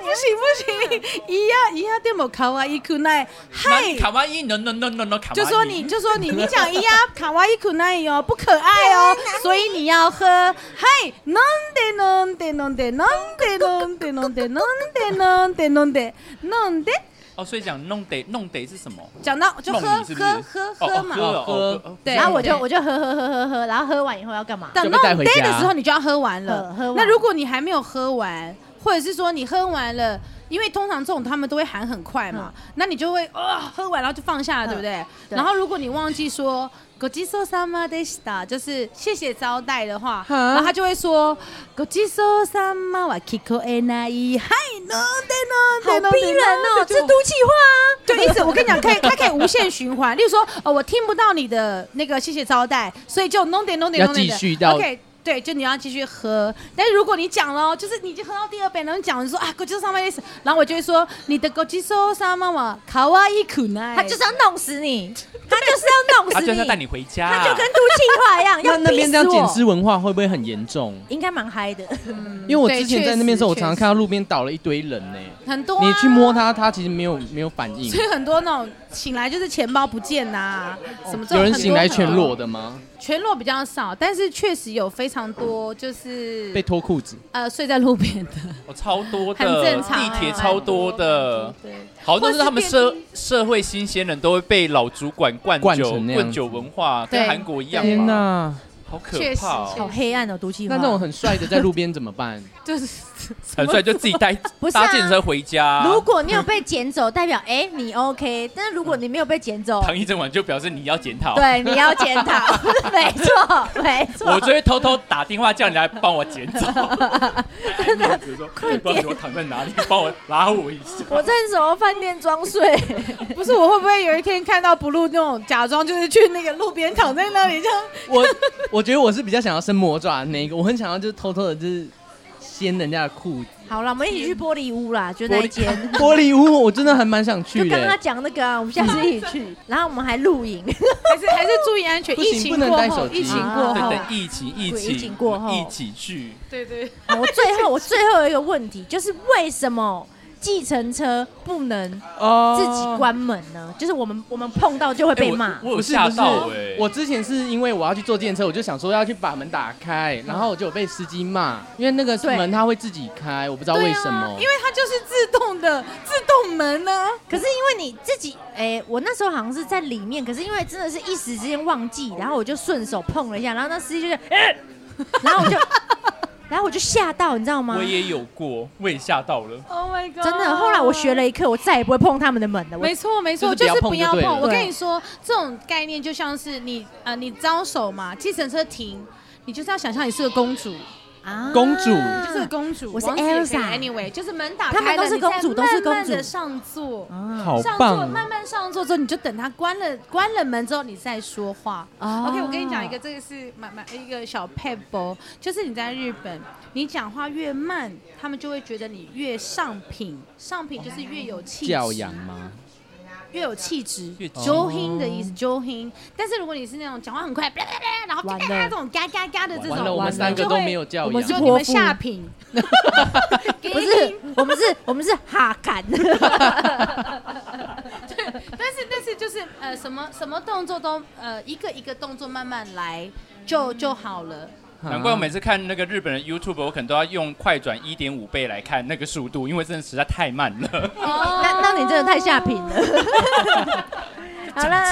[SPEAKER 1] 不行不行，一呀一呀，对某卡哇伊库奈，嗨，
[SPEAKER 4] 嗯卡哇伊，no no no no no，卡哇伊
[SPEAKER 1] 就说你就说你你讲伊呀卡哇伊苦奈哟不可爱哦，所以你要喝嗨，non de non de non de non de non de non de non de non de non de non de，
[SPEAKER 4] 哦，所以讲弄得弄得是什么？
[SPEAKER 1] 讲到就
[SPEAKER 4] 弄
[SPEAKER 1] 喝
[SPEAKER 4] 你是不是
[SPEAKER 1] 喝喝
[SPEAKER 4] 哦
[SPEAKER 1] 喝
[SPEAKER 4] 喝
[SPEAKER 1] 嘛，
[SPEAKER 4] 哦
[SPEAKER 2] 喝
[SPEAKER 4] 喝，
[SPEAKER 1] 对，
[SPEAKER 3] 然后我就
[SPEAKER 1] 对
[SPEAKER 3] 我就喝喝喝喝喝，然后喝完以后要干嘛？
[SPEAKER 1] 等
[SPEAKER 2] 就被带
[SPEAKER 1] non
[SPEAKER 2] 回
[SPEAKER 1] de
[SPEAKER 2] 家
[SPEAKER 1] 的时候你就要喝完
[SPEAKER 3] 喝喝
[SPEAKER 1] 了
[SPEAKER 3] 完，
[SPEAKER 1] 那如果你还没有喝完，或者是说你喝完了。因为通常这种他们都会喊很快嘛，那你就会啊、喝完然后就放下了，
[SPEAKER 3] 嗯
[SPEAKER 1] 对不对？
[SPEAKER 3] 对
[SPEAKER 1] 然后如果你忘记说“ごちそうさまでした”，就是谢谢招待的话，然后他就会说“ごちそうさまは聞こえない”，嗨のでのでの
[SPEAKER 3] 好逼人哦，这
[SPEAKER 1] 都。
[SPEAKER 3] 都气话啊！
[SPEAKER 1] 就一直我跟你讲，可以，它可以无限循环。例如说，呃，我听不到你的那个谢谢招待，所以就弄点弄点
[SPEAKER 2] 要
[SPEAKER 1] 弄点的。
[SPEAKER 2] 继续到
[SPEAKER 1] OK，对，就你要继续喝。但是如果你讲了哦，就是你已经喝到第二杯，然后你讲你说啊，ごちそうさまです，然后我就会说你的ごちそうさまは可愛くない。
[SPEAKER 3] 他就是要弄死你，他就是要弄
[SPEAKER 4] 他
[SPEAKER 3] 死
[SPEAKER 4] 就是要带你回啊家，
[SPEAKER 3] 他就跟都气话一样，
[SPEAKER 2] 那
[SPEAKER 3] 要
[SPEAKER 2] 那边
[SPEAKER 3] 逼
[SPEAKER 2] 这
[SPEAKER 3] 死
[SPEAKER 2] 样捡
[SPEAKER 3] 我。
[SPEAKER 2] 尸文化会不会很严重？
[SPEAKER 3] 应该蛮嗨的，
[SPEAKER 2] 因为我
[SPEAKER 1] 对
[SPEAKER 2] 之前
[SPEAKER 1] 确
[SPEAKER 2] 在那边的时
[SPEAKER 1] 实
[SPEAKER 2] 候，我常常
[SPEAKER 1] 确
[SPEAKER 2] 看到路边倒了一堆人呢、
[SPEAKER 1] 很多、啊。
[SPEAKER 2] 你去摸。它，它其实没有没有反应
[SPEAKER 1] 所。以很多那种醒来就是钱包不见呐、什么这种
[SPEAKER 2] 有人
[SPEAKER 1] 很多
[SPEAKER 2] 醒来
[SPEAKER 1] 很多
[SPEAKER 2] 全裸，的吗？
[SPEAKER 1] 全裸比较少，但是确实有非常多就是
[SPEAKER 2] 被脱裤子？
[SPEAKER 1] 呃睡在路边的，
[SPEAKER 4] 哦超多
[SPEAKER 1] 很
[SPEAKER 4] 的，
[SPEAKER 1] 正常啊
[SPEAKER 4] 地铁超多的，
[SPEAKER 1] 对。
[SPEAKER 4] 好，那
[SPEAKER 1] 或
[SPEAKER 4] 是
[SPEAKER 1] 是
[SPEAKER 4] 他们
[SPEAKER 1] 便
[SPEAKER 4] 社
[SPEAKER 1] 利
[SPEAKER 4] 社会新鲜人都会被老主管灌
[SPEAKER 2] 灌
[SPEAKER 4] 酒，
[SPEAKER 2] 成那样
[SPEAKER 4] 灌酒文化跟
[SPEAKER 1] 对
[SPEAKER 4] 韩国一样
[SPEAKER 1] 对
[SPEAKER 2] 天
[SPEAKER 4] 嘛，
[SPEAKER 2] 哪！
[SPEAKER 4] 好可
[SPEAKER 1] 确实
[SPEAKER 4] 怕
[SPEAKER 1] 确
[SPEAKER 4] 哦！
[SPEAKER 3] 好黑暗哦，毒气话。
[SPEAKER 2] 那这种很帅的在路边怎么 办？
[SPEAKER 1] 就是
[SPEAKER 4] 很帅，就自己带
[SPEAKER 3] 不是啊
[SPEAKER 4] 搭自行车回家。
[SPEAKER 3] 如果你有被捡走，代表哎、你 OK，但是如果你没有被捡走，
[SPEAKER 4] 唐一整晚就表示你要检讨。
[SPEAKER 3] 对你要检讨，没错没错。
[SPEAKER 4] 我就会偷偷打电话叫你来帮我哎捡 走。真的，说不知道我躺在哪里， 帮我拉我一下。
[SPEAKER 3] 我在什么饭店装睡？
[SPEAKER 1] 不是我会不会有一天看到 blue 那种假装就是去那个路边躺在那里这样？
[SPEAKER 2] 我我觉得我是比较想要伸魔爪的那一个，我很想要就是偷偷的，就是掀人家的裤子。
[SPEAKER 3] 好了，我们一起去玻璃屋啦，就那一间。
[SPEAKER 2] 玻璃屋，我真的还蛮想
[SPEAKER 3] 就
[SPEAKER 2] 去
[SPEAKER 3] 刚刚
[SPEAKER 2] 的。
[SPEAKER 3] 讲那个啊，我们下次一起去，然后我们还露营，
[SPEAKER 1] 还是还是注意安全？
[SPEAKER 2] 不行
[SPEAKER 1] 疫情
[SPEAKER 2] 不能带
[SPEAKER 1] 过
[SPEAKER 2] 手
[SPEAKER 1] 后，
[SPEAKER 2] 机啊
[SPEAKER 1] 疫情过
[SPEAKER 4] 对
[SPEAKER 1] 后，
[SPEAKER 4] 等疫情，疫
[SPEAKER 3] 对
[SPEAKER 4] 情，
[SPEAKER 3] 疫情过后
[SPEAKER 4] 一起去。
[SPEAKER 1] 对对，
[SPEAKER 3] 好 我最后我最后有一个问题，就是为什么计程车不能
[SPEAKER 2] 哦
[SPEAKER 3] 自己关门呢？就是我们我们碰到就会被骂
[SPEAKER 4] 哎，我我有
[SPEAKER 2] 不是
[SPEAKER 4] 吓
[SPEAKER 2] 不是
[SPEAKER 4] 到哎，，
[SPEAKER 2] 我之前是因为我要去坐电车，我就想说要去把门打开，然后我就有被司机骂，因为那个
[SPEAKER 3] 对
[SPEAKER 2] 门它会自己开，我不知道为什么。
[SPEAKER 1] 啊因为它就是自动的自动门啊呢。
[SPEAKER 3] 可是因为你自己，哎、我那时候好像是在里面，可是因为真的是一时之间忘记，然后我就顺手碰了一下，然后那司机就，哎、然后我就，然后我就吓到，你知道吗
[SPEAKER 4] 我？也有过，我也吓到了。
[SPEAKER 1] Oh my god！
[SPEAKER 3] 真的，后来我学了一课，我再也不会碰他们的门了。我
[SPEAKER 1] 没错，没错，
[SPEAKER 2] 就
[SPEAKER 1] 就是是
[SPEAKER 2] 不
[SPEAKER 1] 不
[SPEAKER 2] 要
[SPEAKER 1] 要
[SPEAKER 2] 碰就对了
[SPEAKER 1] 碰。我
[SPEAKER 3] 对
[SPEAKER 1] 跟你说，这种概念就像是你呃，你招手嘛，计程车停，你就是要想象你是个公主，
[SPEAKER 3] 啊
[SPEAKER 2] 公主
[SPEAKER 1] 你就是个公主，
[SPEAKER 3] 我是
[SPEAKER 1] 王子也可以
[SPEAKER 3] Elsa
[SPEAKER 1] Anyway，就是门打
[SPEAKER 3] 他们
[SPEAKER 1] 开了，
[SPEAKER 3] 都是
[SPEAKER 1] 你再
[SPEAKER 3] 公主都是公
[SPEAKER 1] 慢慢地
[SPEAKER 3] 主
[SPEAKER 1] 上座。
[SPEAKER 3] 啊
[SPEAKER 2] 好
[SPEAKER 1] 上座
[SPEAKER 2] 棒，哦
[SPEAKER 1] 慢慢上座之后，你就等他关了关了门之后，你再说话。
[SPEAKER 3] 哦
[SPEAKER 1] OK，我跟你讲一个，这个是蛮蛮一个小 p e b l 就是你在日本，你讲话越慢，他们就会觉得你越上品，上品就是越有气质
[SPEAKER 2] 教养啊吗？
[SPEAKER 1] 越有气质
[SPEAKER 4] 越
[SPEAKER 3] 哦
[SPEAKER 4] 气质
[SPEAKER 1] j o h i n 的意思 j o h i n 但是如果你是那种讲话很快，啪啪啪然后嘎
[SPEAKER 3] 完
[SPEAKER 1] 嘎
[SPEAKER 3] 了
[SPEAKER 1] 嘎这种嘎嘎嘎的这
[SPEAKER 2] 完了，
[SPEAKER 1] 种，
[SPEAKER 2] 我们三个
[SPEAKER 1] 就
[SPEAKER 2] 都
[SPEAKER 1] 会
[SPEAKER 2] 没有教
[SPEAKER 3] 我
[SPEAKER 2] 养
[SPEAKER 3] 们是
[SPEAKER 1] 就
[SPEAKER 3] 泼
[SPEAKER 1] 你们
[SPEAKER 3] 妇
[SPEAKER 1] 下品，
[SPEAKER 3] 不是，我们是，我们是哈 感，
[SPEAKER 1] 但是但是就是呃，什么什么动作都呃一个一个动作慢慢来就就好了。
[SPEAKER 2] 啊
[SPEAKER 4] 难怪我每次看那个日本的 YouTube，我可能都要用快转一点五倍来看那个速度，因为真的实在太慢了。
[SPEAKER 3] 那那你真的太下品 了。好了，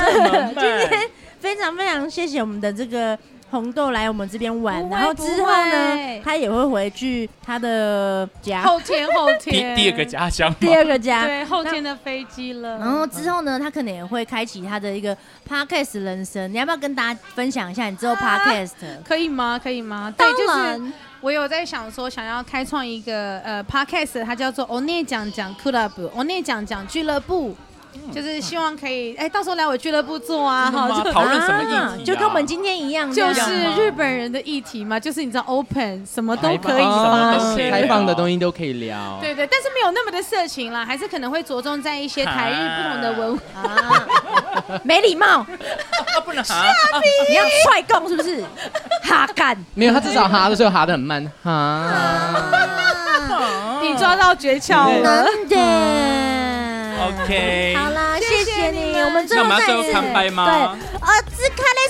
[SPEAKER 3] 今天非常非常谢谢我们的这个红豆来我们这边玩，
[SPEAKER 1] 不会
[SPEAKER 3] 然后之后
[SPEAKER 1] 不
[SPEAKER 3] 呢
[SPEAKER 1] 会，
[SPEAKER 3] 他也会回去他的家，
[SPEAKER 1] 后天后
[SPEAKER 4] 第
[SPEAKER 1] 天
[SPEAKER 4] 第二个家乡嘛，
[SPEAKER 3] 第二个家。
[SPEAKER 1] 对后天的飞机了。
[SPEAKER 3] 然后之后呢，他可能也会开启他的一个 podcast 人生。你要不要跟大家分享一下你之后 podcast？、
[SPEAKER 1] 可以吗？可以吗？对，
[SPEAKER 3] 当
[SPEAKER 1] 啊就是
[SPEAKER 3] 然，
[SPEAKER 1] 我有在想说，想要开创一个呃 podcast，它叫做 o n e 讲讲 club，o n e 讲讲俱乐部，就是希望可以哎，到时候来我俱乐部做啊，
[SPEAKER 4] 嗯真的
[SPEAKER 1] 哈，
[SPEAKER 4] 吗
[SPEAKER 1] 就
[SPEAKER 4] 讨论什么议题啊
[SPEAKER 3] 哦就跟我们今天一样，
[SPEAKER 1] 就
[SPEAKER 3] 这样
[SPEAKER 1] 是日本人的议题嘛，就是你知道 open 什么都可以
[SPEAKER 4] 啊什么
[SPEAKER 1] 发
[SPEAKER 4] 都可以
[SPEAKER 1] 生。
[SPEAKER 2] 开放的东西都可以聊。
[SPEAKER 1] 对对，但是没有那么的色情啦，还是可能会着重在一些台日不同的文化。
[SPEAKER 3] 啊没礼貌，
[SPEAKER 4] 啊，不能啊，
[SPEAKER 3] 你要踹供是不是？哈干，
[SPEAKER 2] 没有，他至少哈的时候哈的很慢，哈。
[SPEAKER 1] 啊你抓到诀窍了。
[SPEAKER 3] 真的。
[SPEAKER 4] OK
[SPEAKER 3] 好啦，谢
[SPEAKER 1] 谢
[SPEAKER 3] 谢
[SPEAKER 1] 谢你
[SPEAKER 3] 你，
[SPEAKER 1] 们
[SPEAKER 3] 我们最
[SPEAKER 4] 那
[SPEAKER 3] 后
[SPEAKER 4] 我们
[SPEAKER 3] 再
[SPEAKER 4] 要最后
[SPEAKER 3] 次
[SPEAKER 4] 看拜吗
[SPEAKER 3] 对，哦，兹卡嘞